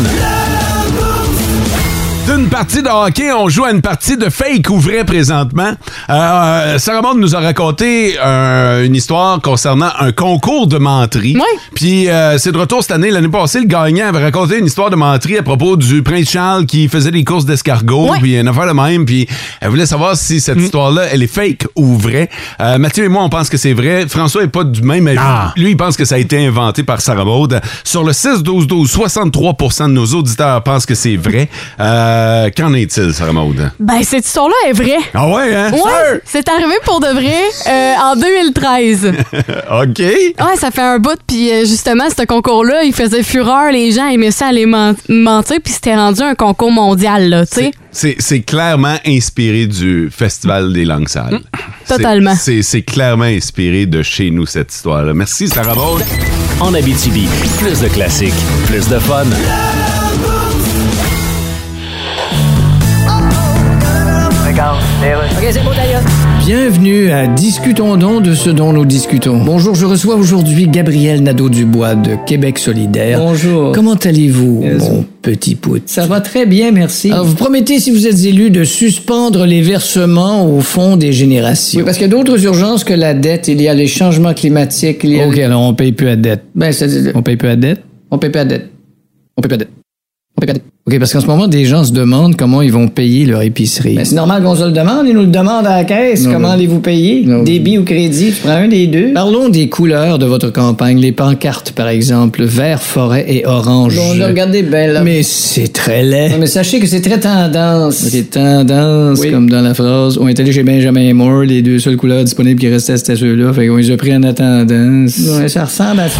D'une partie de hockey, on joue à une partie de fake ou vrai présentement. Euh, Sarah Maud nous a raconté euh, une histoire concernant un concours de menterie.
Ouais.
Puis euh, c'est de retour cette année. L'année passée, le gagnant avait raconté une histoire de menterie à propos du prince Charles qui faisait des courses d'escargot.
Ouais.
Puis une affaire de même. Puis elle voulait savoir si cette histoire-là, elle est fake ou vraie. Euh, Mathieu et moi, on pense que c'est vrai. François est pas du même avis.
Ah.
Lui, il pense que ça a été inventé par Sarah Maud. Sur le 6-12-12, 63 de nos auditeurs pensent que c'est vrai. Euh, Qu'en est-il, Sarah Maud?
Ben, cette histoire-là est vraie.
Ah ouais, hein?
Ouais, c'est arrivé pour de vrai euh, en 2013.
OK.
Ouais, ça fait un bout. Puis euh, justement, ce concours-là, il faisait fureur. Les gens aimaient ça aller men- mentir. Puis c'était rendu un concours mondial, là, tu sais.
C'est c'est clairement inspiré du Festival des Langues Sales. C'est-
Mm. totalement.
C'est c'est clairement inspiré de chez nous, cette histoire-là. Merci, Sarah Maud.
En Abitibi, plus de classiques, plus de fun.
OK, c'est bon, d'ailleurs.
Bienvenue à Discutons donc de ce dont nous discutons. Bonjour, je reçois aujourd'hui Gabriel Nadeau-Dubois de Québec solidaire.
Bonjour.
Comment allez-vous, mon petit pote? Ça va très bien, merci. Alors, vous promettez, si vous êtes élu, de suspendre les versements au fond des générations.
Oui, parce qu'il y a d'autres urgences que la dette. Il y a les changements climatiques. Il y a
OK,
les-
alors on paye plus à dette.
Ben, c'est-
On paye plus à dette?
on paye pas la dette. On paye pas la dette. On paye pas la dette.
OK, parce qu'en ce moment, des gens se demandent comment ils vont payer leur épicerie.
Ben, c'est normal qu'on se le demande. Ils nous le demandent à la caisse.
Non,
Comment
non.
allez-vous payer?
Non.
Débit ou crédit? Tu prends un des deux?
Oh. Parlons des couleurs de votre campagne, les pancartes par exemple, vert, forêt et orange.
Bon, là, regardez bien, là.
Mais c'est très laid.
Ouais, mais sachez que c'est très tendance.
Ok, tendance,
Oui.
comme dans la phrase. On est allé chez Benjamin et Moore, les deux seules couleurs disponibles qui restaient, c'était ceux-là. Fait qu'on les a pris en attendant.
Ouais, ça ressemble à ça.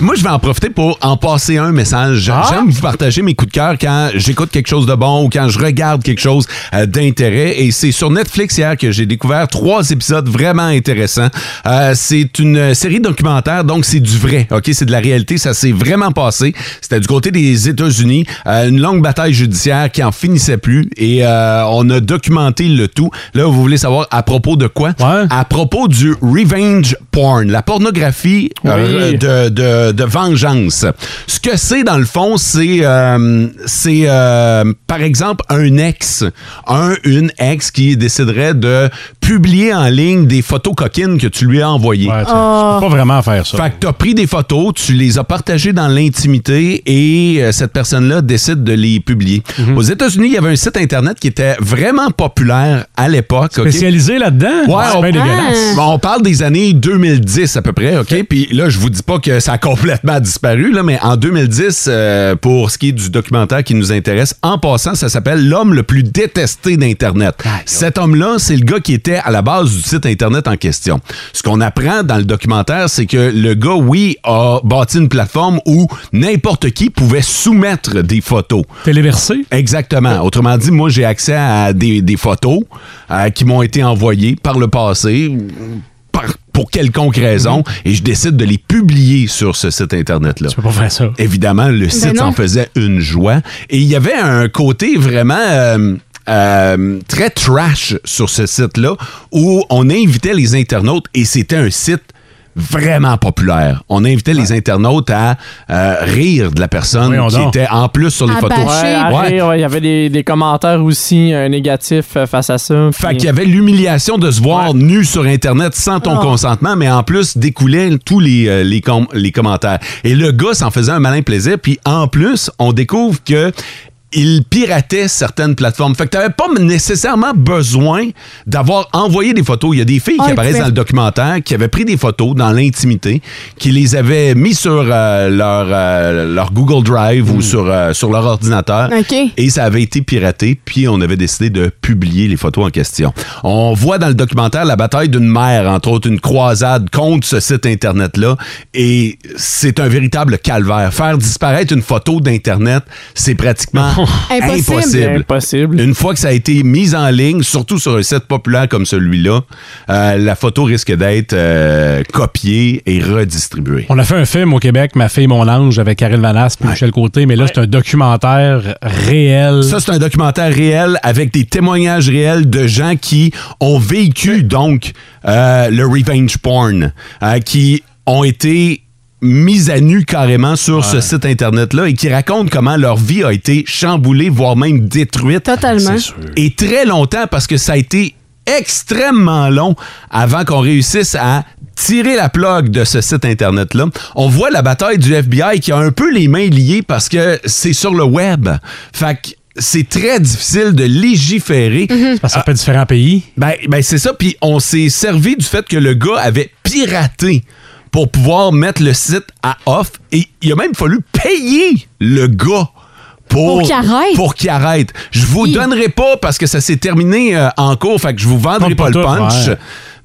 Moi, je vais en profiter pour en passer un message. J'aime vous partager mes coups de cœur quand j'écoute quelque chose de bon ou quand je regarde quelque chose euh, d'intérêt. Et c'est sur Netflix hier que j'ai découvert trois épisodes vraiment intéressants. Euh, c'est une série documentaire, donc c'est du vrai, ok? C'est de la réalité, ça s'est vraiment passé. C'était du côté des États-Unis, Euh, une longue bataille judiciaire qui en finissait plus et euh, on a documenté le tout. Là, vous voulez savoir à propos de quoi? À propos du revenge porn, la pornographie euh,
Oui.
de de, de- de vengeance. Ce que c'est, dans le fond, c'est, euh, c'est euh, par exemple, un ex, un, une ex qui déciderait de publier en ligne des photos coquines que tu lui as envoyées.
tu- tu peux pas vraiment faire ça.
Fait que t'as pris des photos, tu les as partagées dans l'intimité et euh, cette personne-là décide de les publier. Aux États-Unis, il y avait un site Internet qui était vraiment populaire à l'époque. ok?
Spécialisé là-dedans?
Ouais,
Ah, C'est
on,
bien dégueulasse.
Bon, on parle des années 2010 à peu près, OK? Puis là, je vous dis pas que ça a complètement disparu, là, mais en 2010, euh, pour ce qui est du documentaire qui nous intéresse, en passant, ça s'appelle L'homme le plus détesté d'Internet. Cet homme-là, c'est le gars qui était à la base du site Internet en question. Ce qu'on apprend dans le documentaire, c'est que le gars, oui, a bâti une plateforme où n'importe qui pouvait soumettre des photos.
Téléversé?
Exactement. Autrement dit, moi, j'ai accès à des, des photos euh, qui m'ont été envoyées par le passé, par- pour quelconque raison, et je décide de les publier sur ce site Internet-là. Tu peux
Mhm. pas faire ça.
Évidemment, le site
non.
s'en faisait une joie. Et il y avait un côté vraiment... euh, euh, très trash sur ce site-là, où on invitait les internautes, et c'était un site vraiment populaire. On invitait les internautes à euh, rire de la personne
Voyons
qui
donc.
était en plus sur les photos.
Ouais, à
Ouais.
rire, ouais, il y avait des, des commentaires aussi euh, négatifs euh, face à ça.
Fait qu'il y avait l'humiliation de se voir nu sur Internet sans ton
Ah.
consentement, mais en plus découlaient tous les, euh, les, com- les commentaires. Et le gars s'en faisait un malin plaisir, puis en plus, on découvre que il piratait certaines plateformes. Fait que t'avais pas nécessairement besoin d'avoir envoyé des photos. Il y a des filles
Ah,
qui
il
apparaissent
pouvait-
dans le documentaire qui avaient pris des photos dans l'intimité, qui les avaient mis sur euh, leur, euh, leur Google Drive ou sur, euh, sur leur ordinateur.
OK.
Et ça avait été piraté, puis on avait décidé de publier les photos en question. On voit dans le documentaire la bataille d'une mère, entre autres une croisade contre ce site Internet-là, et c'est un véritable calvaire. Faire disparaître une photo d'Internet, c'est pratiquement
Impossible.
impossible. Une fois que ça a été mis en ligne, surtout sur un site populaire comme celui-là, euh, la photo risque d'être euh, copiée et redistribuée.
On a fait un film au Québec, Ma fille, mon ange, avec Karel Vanas et Michel Côté, mais là, c'est un documentaire réel.
Ça, c'est un documentaire réel avec des témoignages réels de gens qui ont vécu donc euh, le revenge porn, euh, qui ont été mis à nu carrément sur ce site internet-là et qui racontent comment leur vie a été chamboulée, voire même détruite.
Totalement. C'est sûr.
Et très longtemps parce que ça a été extrêmement long avant qu'on réussisse à tirer la plug de ce site internet-là. On voit la bataille du FBI qui a un peu les mains liées parce que c'est sur le web. Fait que c'est très difficile de légiférer.
Mhm. Parce que ça peut être différents pays.
Ben, ben, c'est ça. Puis on s'est servi du fait que le gars avait piraté pour pouvoir mettre le site à off. Et il a même fallu payer le gars. Pour,
Pour qu'il arrête.
pour qu'il arrête. Je vous donnerai pas parce que ça s'est terminé euh, en cours, fait que je vous vendrai pas,
Pas
le
tout,
punch.
ouais.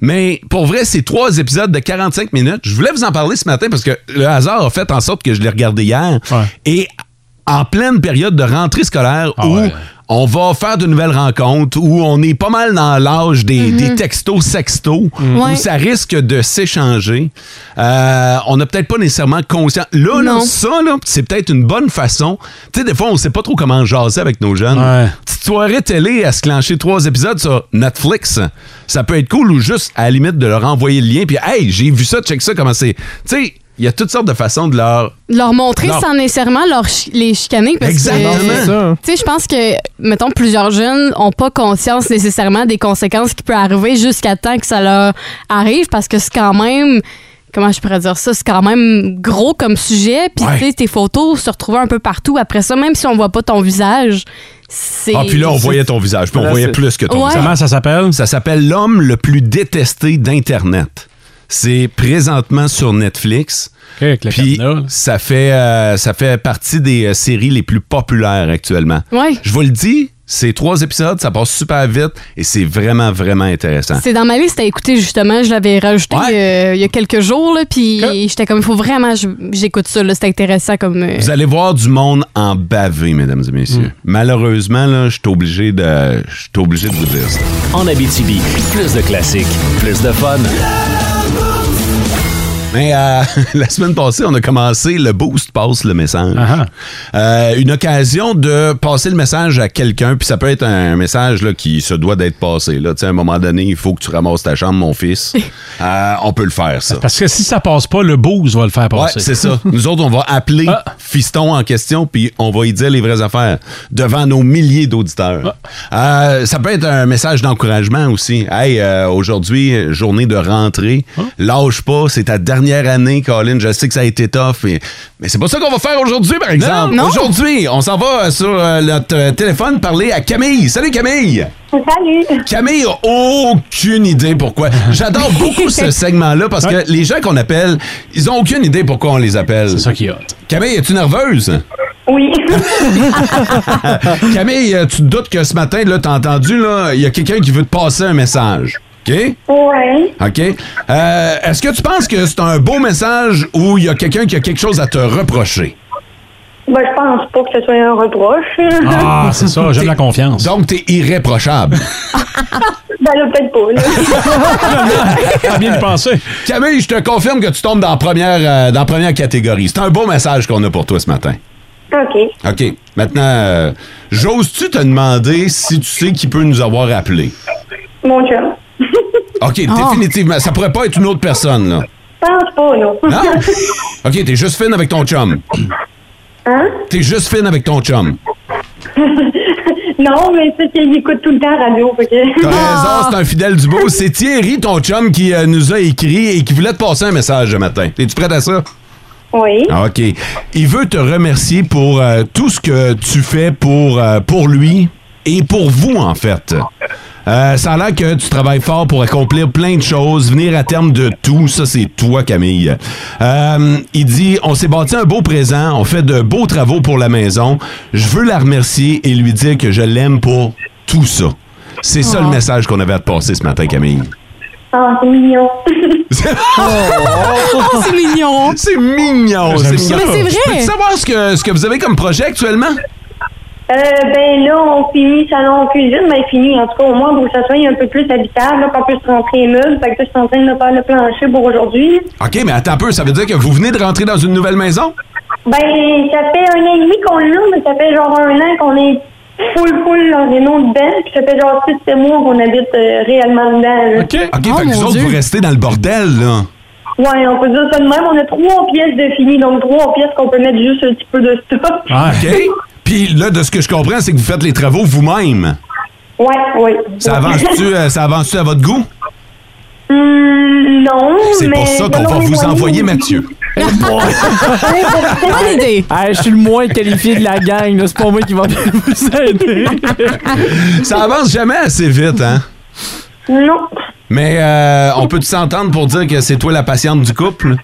Mais pour vrai, c'est trois épisodes de 45 minutes. Je voulais vous en parler ce matin parce que le hasard a fait en sorte que je l'ai regardé hier. Et en pleine période de rentrée scolaire où on va faire de nouvelles rencontres, où on est pas mal dans l'âge des, des textos sextos, où
Ouais.
ça risque de s'échanger. Euh, on n'a peut-être pas nécessairement conscience. Là, là,
Non.
ça, là, c'est peut-être une bonne façon. Tu sais, des fois, on sait pas trop comment jaser avec nos jeunes. Petite soirée télé à se clencher trois épisodes sur Netflix. Ça peut être cool ou juste, à la limite, de leur envoyer le lien. Puis, hey, j'ai vu ça, check ça, comment c'est. Tu sais, il y a toutes sortes de façons de leur.
leur montrer
Non.
sans nécessairement leur chi- les chicaner parce
Exactement. Non, c'est ça.
que tu sais je pense que mettons plusieurs jeunes ont pas conscience nécessairement des conséquences qui peuvent arriver jusqu'à temps que ça leur arrive parce que c'est quand même comment je pourrais dire ça c'est quand même gros comme sujet puis
Ouais.
tu sais tes photos se retrouvent un peu partout après ça même si on voit pas ton visage c'est
Ah, puis là, on voyait ton visage. Puis on
Là,
voyait
c'est-
plus que ton
Ouais.
visage.
Comment
ça s'appelle?
Ça s'appelle L'homme le plus détesté d'Internet. C'est présentement sur Netflix. Puis ça fait, euh, ça fait partie des euh, séries les plus populaires actuellement.
Ouais.
Je vous le dis, c'est trois épisodes, ça passe super vite et c'est vraiment, vraiment intéressant.
C'est dans ma liste à écouter, justement. Je l'avais rajouté euh, il y a quelques jours, là, puis j'étais comme, il faut vraiment, je- j'écoute ça, là, c'est intéressant comme... euh,
Vous allez voir du monde en bavé, mesdames et messieurs.
Hmm.
Malheureusement, là, je suis obligé de, je suis obligé de vous dire ça.
En Abitibi, plus de classiques, plus de fun.
Mais euh, la semaine passée, on a commencé le boost passe le message. Euh, une occasion de passer le message à quelqu'un, puis ça peut être un message là, qui se doit d'être passé. Là. Tu sais, À un moment donné, il faut que tu ramasses ta chambre, mon fils. Euh, on peut le faire, ça.
Parce que si ça passe pas, le boost va le faire
Ouais,
passer.
c'est ça. Nous autres, on va appeler Fiston en question, puis on va y dire les vraies affaires devant nos milliers d'auditeurs. Euh, ça peut être un message d'encouragement aussi. Hey, euh, aujourd'hui, euh, journée de rentrée. Lâche pas, c'est ta dernière année, Colin. Je sais que ça a été tough, mais, mais c'est pas ça qu'on va faire aujourd'hui, par exemple.
non.
Aujourd'hui, on s'en va euh, sur euh, notre euh, téléphone parler à Camille. Salut, Camille!
Salut!
Camille a aucune idée pourquoi. J'adore beaucoup ce segment-là parce que les gens qu'on appelle, ils ont aucune idée pourquoi on les appelle. C'est ça
qui a.
Camille, es-tu nerveuse?
Oui.
Camille, euh, tu te doutes que ce matin, là, t'as entendu, là, il y a quelqu'un qui veut te passer un message. OK?
ouais.
OK. Euh, Est-ce que tu penses que c'est un beau message ou il y a quelqu'un qui a quelque chose à te reprocher?
Ben, je pense pas que ce soit un reproche.
Ah, c'est ça, j'aime la confiance.
Donc, t'es irréprochable.
ben, là, peut-être pas, là.
bien penser.
Camille, je te confirme que tu tombes dans la première, euh, dans la première catégorie. C'est un beau message qu'on a pour toi ce matin.
OK.
OK. Maintenant, euh, j'ose-tu te demander si tu sais qui peut nous avoir appelé?
Mon chum.
OK, définitivement. Ça pourrait pas être une autre personne, là.
Pense pas, non.
Non? OK, t'es juste fine avec ton chum.
Hein?
T'es juste fine avec ton chum.
non, mais c'est qu'il écoute tout le temps la radio, fait que...
T'as
Ah.
raison, c'est un fidèle du beau. C'est Thierry, ton chum, qui euh, nous a écrit et qui voulait te passer un message ce matin. Es-tu prête à ça?
Oui.
Ah, OK. Il veut te remercier pour euh, tout ce que tu fais pour, euh, pour lui et pour vous, en fait. Euh, ça a l'air que tu travailles fort pour accomplir plein de choses, venir à terme de tout. Ça, c'est toi, Camille. Euh, il dit On s'est bâti un beau présent, on fait de beaux travaux pour la maison. Je veux la remercier et lui dire que je l'aime pour tout ça. C'est ça le message qu'on avait à te passer ce matin, Camille.
Ah, c'est mignon.
Oh, c'est mignon!
C'est mignon! C'est
ça. Mais c'est vrai.
Je peux-tu savoir ce que, ce que vous avez comme projet actuellement?
Euh, ben là, on finit salon cuisine, ben fini. En tout cas, au moins, pour que ça soit un peu plus habitable, là, qu'on puisse rentrer les meubles. Fait que là, je suis en train de faire le plancher pour aujourd'hui.
OK, mais attends un peu, ça veut dire que vous venez de rentrer dans une nouvelle maison?
Ben, ça fait un an et demi qu'on l'a, mais ça fait genre un an qu'on est full, full dans une autre belle. Puis ça fait genre six sept mois qu'on habite euh, réellement dedans. là. Oh,
OK,
Oh,
fait que vous autres, vous restez dans le bordel, là.
Ouais, on peut dire ça de même. On a trois pièces de fini, donc trois pièces qu'on peut mettre juste un petit peu de stock.
OK? Puis là, de ce que je comprends, c'est que vous faites les travaux vous-même.
Ouais, ouais.
Ça avance-tu euh, ça avance-tu à votre goût?
Hum, non,
C'est
mais
pour ça qu'on va
selon les
vous
moyens.
envoyer Mathieu.
Bonne
idée.
je suis le moins qualifié de la gang. là. C'est pas moi qui va vous aider.
Ça avance jamais assez vite, hein?
Non.
Mais euh, on peut-tu s'entendre pour dire que c'est toi la patiente du couple?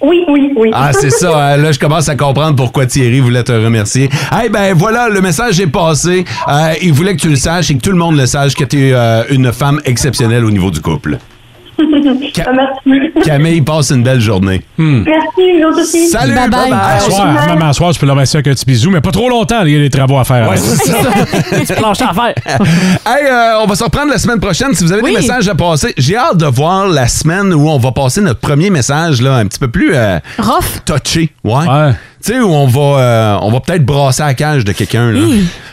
Oui, oui, oui.
Ah, c'est ça. hein. Là, je commence à comprendre pourquoi Thierry voulait te remercier. Eh ben voilà, le message est passé. Euh, il voulait que tu le saches et que tout le monde le sache que tu es une femme exceptionnelle au niveau du couple.
Ah, Merci.
Camille, passe une belle journée.
Merci, vous autres aussi.
Salut, Bye bye. bye-bye.
À soir,
Bye.
même à soir, tu peux leur verser avec un petit bisou, mais pas trop longtemps. Il y a des travaux à faire. avant.
Tu planches à faire.
Hey, euh, on va se reprendre la semaine prochaine. Si vous avez
Oui.
des messages à passer, j'ai hâte de voir la semaine où on va passer notre premier message là, un petit peu plus euh,
Rough.
touché. Ouais. Tu sais, où on va, euh, on va peut-être brasser la cage de quelqu'un. là.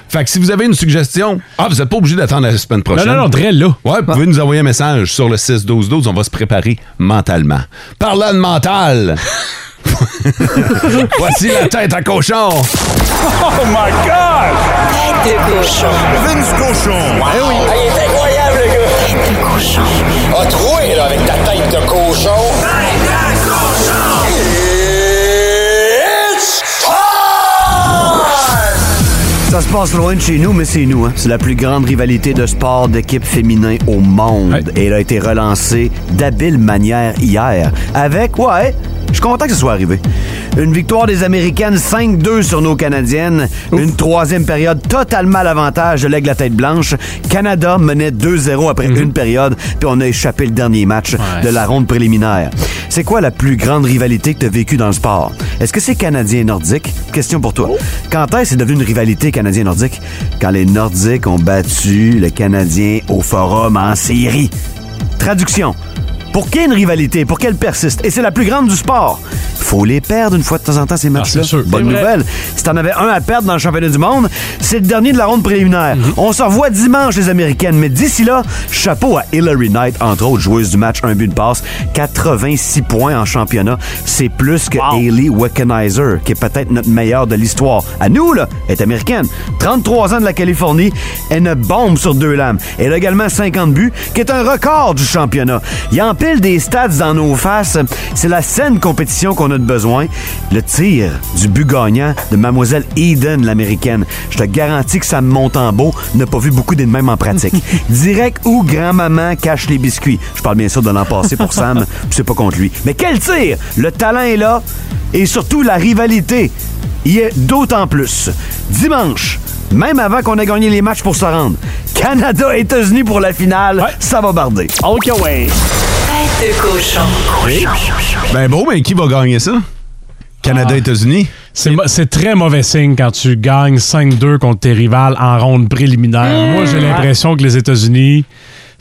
Fait que si vous avez une suggestion, ah, vous n'êtes pas obligé d'attendre la semaine prochaine.
non, non, très
là. Ouais, vous pouvez nous envoyer un message sur le 6-12-12. On va se préparer mentalement. Parlant de mental, voici la tête à cochon.
Oh my god! Tête de cochon. Vince cochon.
Eh oui.
Ah, il est incroyable, le gars. Tête de cochon.
A troué, là, avec ta tête de cochon. Tête de cochon! It's
Ça se passe loin de chez nous, mais c'est nous. hein. C'est la plus grande rivalité de sport d'équipe féminin au monde. Et elle a été relancée d'habile manière hier. Avec, ouais, je suis content que ce soit arrivé. Une victoire des Américaines 5-2 sur nos Canadiennes. Une troisième période totalement à l'avantage de l'aigle à tête blanche. Canada menait 2-0 après
Mhm.
une période, puis on a échappé le dernier match de la ronde préliminaire. C'est quoi la plus grande rivalité que tu as vécue dans le sport? Est-ce que c'est Canadien-Nordique? Question pour toi. Quand est-ce que c'est devenu une rivalité Canadien-Nordique? Quand les Nordiques ont battu le Canadien au forum en série. Traduction. Pour qu'il y ait une rivalité, pour qu'elle persiste, et c'est la plus grande du sport, faut les perdre une fois de temps en temps, ces matchs-là. Bonne
C'est vrai.
nouvelle. Si t'en avais un à perdre dans le championnat du monde, c'est le dernier de la ronde préliminaire. On se revoit dimanche, les Américaines. Mais d'ici là, chapeau à Hillary Knight, entre autres, joueuse du match, un but de passe, 86 points en championnat. C'est plus que Haley Wickenheiser, qui est peut-être notre meilleure de l'histoire. À nous, là, elle est américaine. 33 ans de la Californie, elle ne bombe sur deux lames. Elle a également 50 buts, qui est un record du championnat. Il empile des stats dans nos faces. C'est la saine compétition qu'on a de besoin. Le tir du but gagnant de Mademoiselle Eden, l'américaine. Je te garantis que ça me monte en beau. N'a pas vu beaucoup des mêmes en pratique. Direct où grand-maman cache les biscuits. Je parle bien sûr de l'an passé pour Sam, puis c'est pas contre lui. Mais quel tir! Le talent est là et surtout la rivalité y est d'autant plus. Dimanche, même avant qu'on ait gagné les matchs pour se rendre, Canada-États-Unis pour la finale, ça va barder. OK, ouais.
Tête de cochon.
Ben beau, mais qui va gagner ça? Canada-États-Unis?
Ah. C'est mo- C'est très mauvais signe quand tu gagnes 5-2 contre tes rivales en ronde préliminaire. Moi, j'ai l'impression que les États-Unis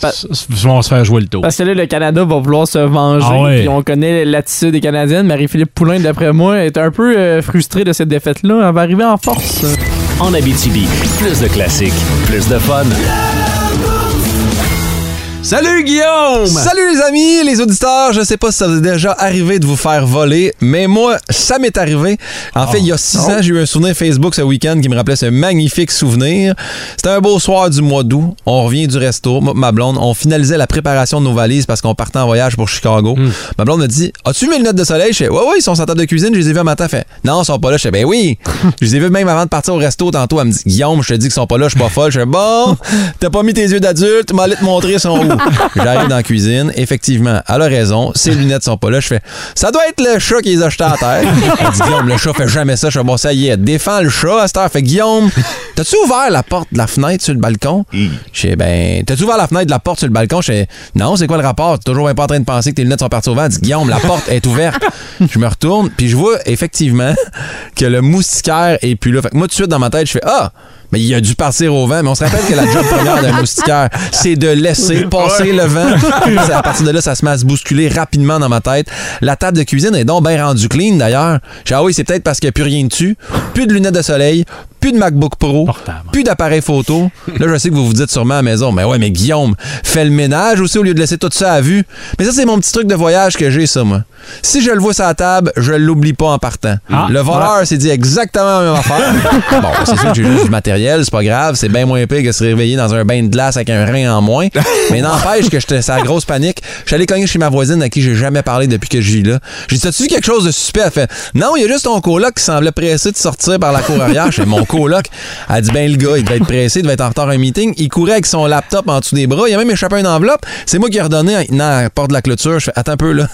s- s- vont se faire jouer le tour.
Parce que là, le Canada va vouloir se venger.
Ah ouais.
Puis on connaît l'attitude des Canadiennes. Marie-Philippe Poulain, d'après moi, est un peu euh, frustrée de cette défaite-là. Elle va arriver en force.
En Abitibi, plus de classiques, plus de fun.
Salut Guillaume! Salut les amis, les auditeurs. Je sais pas si ça vous est déjà arrivé de vous faire voler, mais moi, ça m'est arrivé. En fait, il y a six ans, j'ai eu un souvenir Facebook ce week-end qui me rappelait ce magnifique souvenir. C'était un beau soir du mois d'août. On revient du resto, moi, ma blonde. On finalisait la préparation de nos valises parce qu'on partait en voyage pour Chicago. Ma blonde me dit As-tu mis les lunettes de soleil? Je fais Ouais, ouais, ils sont sur la table de cuisine. Je les ai vus un matin. Elle Fait Non, ils sont pas là. Je fais Ben oui. je les ai vus même avant de partir au resto tantôt. Elle me dit Guillaume, je te dis qu'ils sont pas là. Je suis pas folle. Je fais Bon, t'as pas mis tes yeux d'adulte. M'allais te montrer son où. J'arrive dans la cuisine. Effectivement, elle a raison. Ses lunettes sont pas là. Je fais Ça doit être le chat qui les a jetées à terre. Elle dit Guillaume, le chat fait jamais ça. Je fais Bon, ça y est, défends le chat à cette heure. Fait Guillaume, t'as-tu ouvert la porte de la fenêtre sur le balcon? Je fais Ben, t'as-tu ouvert la fenêtre de la porte sur le balcon? Je fais Non, c'est quoi le rapport? T'es toujours même pas en train de penser que tes lunettes sont parties au vent. Elle dit Guillaume, la porte est ouverte. Je me retourne, puis je vois effectivement que le moustiquaire est plus là. Fait que moi, tout de suite, dans ma tête, je fais Ah! Mais il a dû partir au vent, mais on se rappelle que la job première d'un moustiquaire, c'est de laisser passer
Ouais.
le vent. Puis à partir de là, ça se met à se bousculer rapidement dans ma tête. La table de cuisine est donc bien rendue clean d'ailleurs. J'ai dit, ah oui, c'est peut-être parce qu'il n'y a plus rien dessus. Plus de lunettes de soleil, plus de MacBook Pro, plus d'appareil photo. Là, je sais que vous vous dites sûrement à la maison, mais ouais, mais Guillaume, fais le ménage aussi au lieu de laisser tout ça à vue. Mais ça, c'est mon petit truc de voyage que j'ai, ça, moi. Si je le vois sur la table, je l'oublie pas en partant.
Ah.
le voleur
Ouais.
s'est dit exactement la même affaire. bon, c'est sûr que j'ai juste du matériel, c'est pas grave, c'est bien moins pire que se réveiller dans un bain de glace avec un rein en moins. Mais n'empêche que j'étais sa grosse panique. Je suis allé cogner chez ma voisine à qui j'ai jamais parlé depuis que je vis là. J'ai dit, t'as-tu vu quelque chose de suspect? Elle fait, non, il y a juste ton coloc qui semblait pressé de sortir par la cour arrière. J'ai dit, mon coloc. Elle dit, ben le gars, il devait être pressé, il devait être en retard à un meeting. Il courait avec son laptop en dessous des bras. Il a même échappé à une enveloppe. C'est moi qui ai redonné en- dans la porte de la clôture. Je fais, attends un peu là.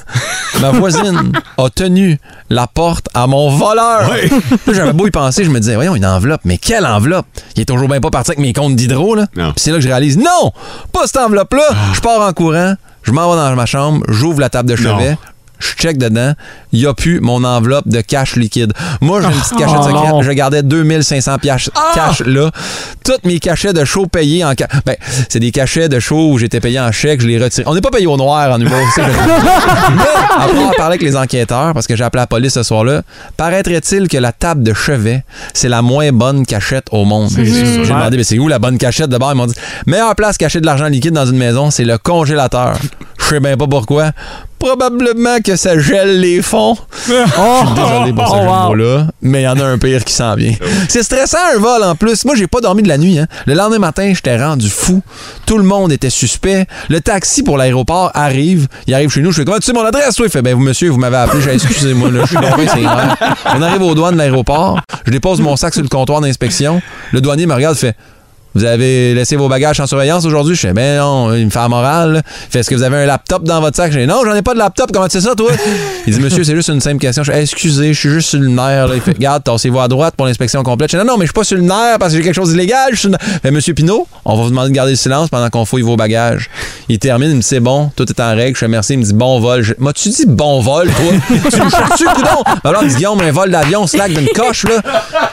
Ma voisine a tenu la porte à mon voleur. Là, J'avais beau y penser, je me disais, voyons, une enveloppe, mais quelle enveloppe? Il est toujours bien pas parti avec mes comptes d'hydro, là. Puis c'est là que je réalise, non, pas cette enveloppe-là. Je pars en courant. Je Je m'en vais dans ma chambre, j'ouvre la table de chevet. Je check dedans, il n'y a plus mon enveloppe de cash liquide. Moi, j'ai une petite cachette
Oh
secrète.
non. Ah!
Je gardais 2500 piastres cash là. Toutes mes cachets de show payés en cash. Ben, c'est des cachets de show où j'étais payé en chèque, je les retiré. On n'est pas payé au noir en humour. ça, je- après avoir parlé avec les enquêteurs, parce que j'ai appelé la police ce soir-là, paraîtrait-il que la table de chevet, c'est la moins bonne cachette au monde.
C'est sûr.
J'ai demandé, mais c'est où la bonne cachette? D'abord, ils m'ont dit, meilleure place cacher de l'argent liquide dans une maison, c'est le congélateur. Je sais bien pas pourquoi. Probablement que ça gèle les fonds.
Oh!
Je suis désolé
Oh,
pour ce jeu de mots-là, mais il y en a un pire qui s'en vient. C'est stressant un vol en plus. Moi, j'ai pas dormi de la nuit. hein. Le lendemain matin, j'étais rendu fou. Tout le monde était suspect. Le taxi pour l'aéroport arrive. Il arrive chez nous. Je fais comment tu sais mon adresse? Oui, il fait ben vous, monsieur, vous m'avez appelé. J'ai dit, excusez-moi, là, je suis tombé, c'est grave. On arrive aux douanes de l'aéroport. Je dépose mon sac sur le comptoir d'inspection. Le douanier me regarde fait vous avez laissé vos bagages sans surveillance aujourd'hui? Je fais, ben non, il me fait la morale. là. Il fait, est-ce que vous avez un laptop dans votre sac? Je dis, non, j'en ai pas de laptop, comment c'est ça, toi? Il dit, monsieur, c'est juste une simple question. Je fais, excusez, je suis juste sur le nerf. là. Il fait, regarde, tassez-vous à droite pour l'inspection complète. Je dis, non, non, mais je suis pas sur le nerf parce que j'ai quelque chose d'illégal. Je suis sur le nerf. Fait, monsieur Pinault, on va vous demander de garder le silence pendant qu'on fouille vos bagages. Il termine, il me dit, c'est bon, tout est en règle. Je fais, merci. Il me dit, bon vol. Je- M'as-tu dit bon vol, toi? tu me cherches-tu, coudon? Alors, il dit, Guillaume, un vol d'avion, slack d'une coche, là.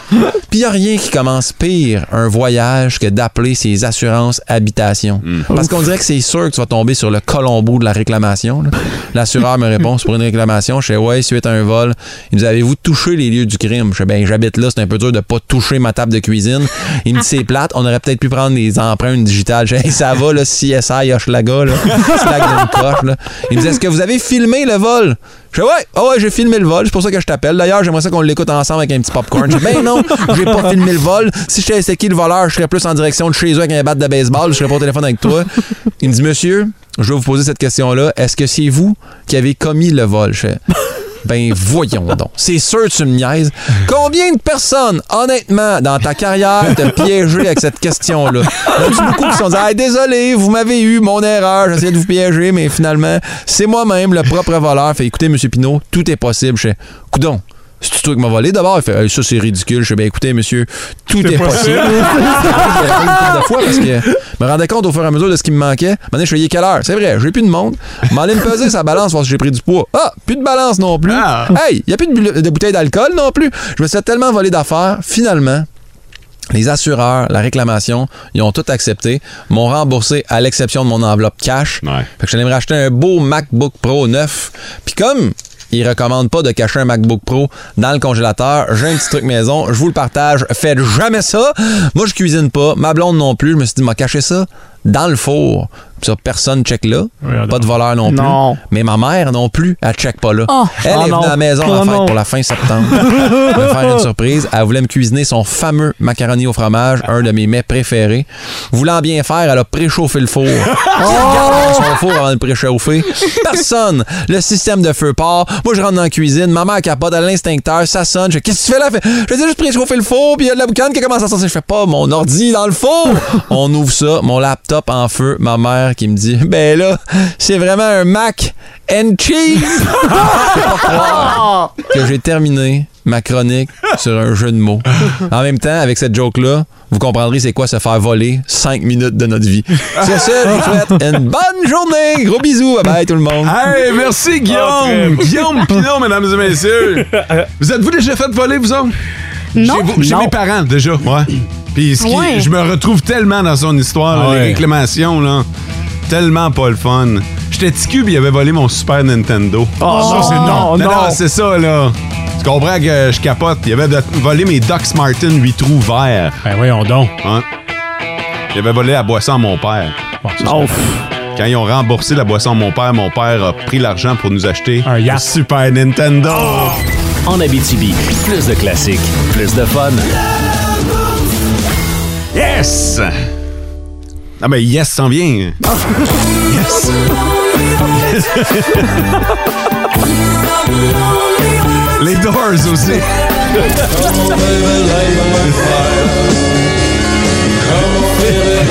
Puis y a rien qui commence pire un voyage que d'appeler ses assurances habitation. Parce qu'on dirait que c'est sûr que tu vas tomber sur le colombo de la réclamation. là. L'assureur me répond c'est pour une réclamation. Je fais ouais, suite à un vol. Il me dit avez-vous touché les lieux du crime Je fais ben j'habite là, c'est un peu dur de pas toucher ma table de cuisine. Il me dit c'est plate, on aurait peut-être pu prendre des empreintes digitales. Je fais, Hey, ça va le CSI Hochelaga là, slack d'une coche là. Il me dit est-ce que vous avez filmé le vol je fais, ouais, ah ouais, j'ai filmé le vol, c'est pour ça que je t'appelle. D'ailleurs, j'aimerais ça qu'on l'écoute ensemble avec un petit popcorn. Je dis, ben non, j'ai pas filmé le vol. Si je t'avais séqué le voleur, je serais plus en direction de chez eux avec un bat de baseball, je serais pas au téléphone avec toi. Il me dit, monsieur, je vais vous poser cette question-là. Est-ce que c'est vous qui avez commis le vol? Je fais, ben voyons donc. C'est sûr que tu me niaises. Combien de personnes, honnêtement, dans ta carrière, t'ont piégé avec cette question-là? Y en a-tu beaucoup qui se sont dit Hey, désolé, vous m'avez eu, mon erreur, j'essayais de vous piéger, mais finalement, c'est moi-même le propre voleur. Fait écoutez, monsieur Pinault, tout est possible. Je fais Coudon. C'est toi qui m'a volé d'abord. Il fait Hey, Ça, c'est ridicule. Je fais Bien, écoutez, monsieur, tout est, possible. J'ai appelé une couple de fois parce que je me rendais compte au fur et à mesure de ce qui me manquait. Maintenant, je suis payé quelle heure? C'est vrai, j'ai plus de monde. M'en aller me peser sa balance voir si j'ai pris du poids. Ah, plus de balance non plus. Hey, il n'y a plus de, bu- de bouteille d'alcool non plus. Je me suis fait tellement volé d'affaires. Finalement, les assureurs, la réclamation, ils ont tout accepté, m'ont remboursé à l'exception de mon enveloppe cash. Fait que je me racheter un beau MacBook Pro neuf. Puis comme ils recommandent pas de cacher un MacBook Pro dans le congélateur, j'ai un petit truc maison, je vous le partage, faites jamais ça. Moi je cuisine pas, ma blonde non plus, je me suis dit m'a caché ça dans le four. Puis ça personne check là, pas de voleur non plus.
Non.
Mais ma mère non plus, elle check pas là.
Oh.
Elle
Oh
est venue
non.
à la maison
Oh
en fête
non.
pour la fin septembre. me faire une surprise. Elle voulait me cuisiner son fameux macaroni au fromage, un de mes mets préférés. Voulant bien faire, elle a préchauffé le four. Regarde Son four avant de le préchauffer. Personne. Le système de feu part. Moi, je rentre dans la cuisine. Ma mère capote à l'instincteur. Ça sonne. Je fais, Qu'est-ce que tu fais là? Elle fait, Je dis juste préchauffer le four. Puis il y a de la boucane qui commence à sortir. Je fais pas mon ordi dans le four. On ouvre ça. Mon laptop en feu. Ma mère qui me dit Ben là, c'est vraiment un Mac and cheese. que j'ai terminé ma chronique sur un jeu de mots. En même temps, avec cette joke-là, vous comprendrez c'est quoi se faire voler 5 minutes de notre vie. Sur ce, je vous souhaite une bonne journée. Gros bisous. Bye bye tout le monde.
Hey, merci Guillaume!
Ah,
Guillaume Pinot, mesdames et messieurs! vous êtes-vous déjà fait voler, vous autres?
Non.
Chez, vous- chez
Non.
mes parents, déjà, ouais. Puis ce qui-
Ouais.
je me retrouve tellement dans son histoire, là,
Ouais.
les réclamations, là. Tellement pas le fun. J'étais petit cube, il avait volé mon Super Nintendo.
Ah, ça, c'est non.
Non,
Non.
non, c'est ça, là. Tu comprends que je capote. Il avait de- volé mes Docs Martin 8 trous verts. Ben voyons donc. Il avait volé la boisson à mon père. Quand ils ont remboursé la boisson à mon père, mon père a pris l'argent pour nous acheter un Super Nintendo.
En Abitibi, plus de classiques, plus de fun.
Yes! Ah ben yes s'en vient.
Yes.
Les Doors aussi.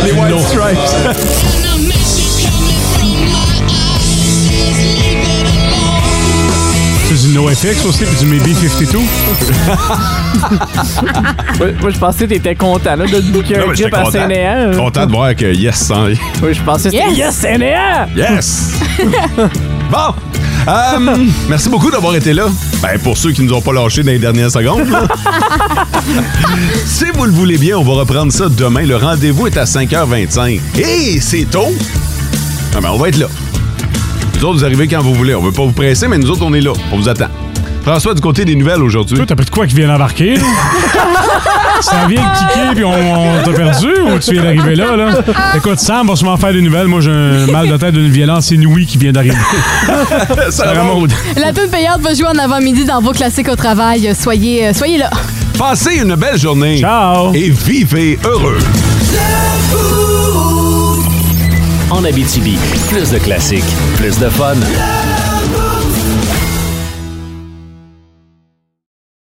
Les White Stripes.
C'est du No FX aussi, puis du Maybe 52.
moi, moi, je pensais que t'étais content là, de te booker
Non,
un
mais j'étais
trip à
content.
Sénéal.
Content de voir que Yes s'en est.
Oui, je pensais que c'était
Yes!
Yes, Sénéal!
Yes! bon! Euh, merci beaucoup d'avoir été là. Ben, pour ceux qui nous ont pas lâchés dans les dernières secondes. là. si vous le voulez bien, on va reprendre ça demain. Le rendez-vous est à 5h25. Et c'est tôt! Ah ben, on va être là. Vous autres, vous arrivez quand vous voulez. On veut pas vous presser, mais nous autres, on est là. On vous attend. François, du côté des nouvelles aujourd'hui. Toi,
t'as pas de quoi qui vient d'embarquer? Ça vient de kicker, puis on, on t'a perdu, ou tu viens d'arriver là, là? Écoute, Sam va sûrement faire des nouvelles. Moi, j'ai un mal de tête d'une violence inouïe qui vient d'arriver. Ça remonte.
La tune payante va jouer en avant-midi dans vos classiques au travail. Soyez, euh, soyez là.
Passez une belle journée. Ciao! Et vivez heureux!
En Abitibi, plus de classiques, plus de fun.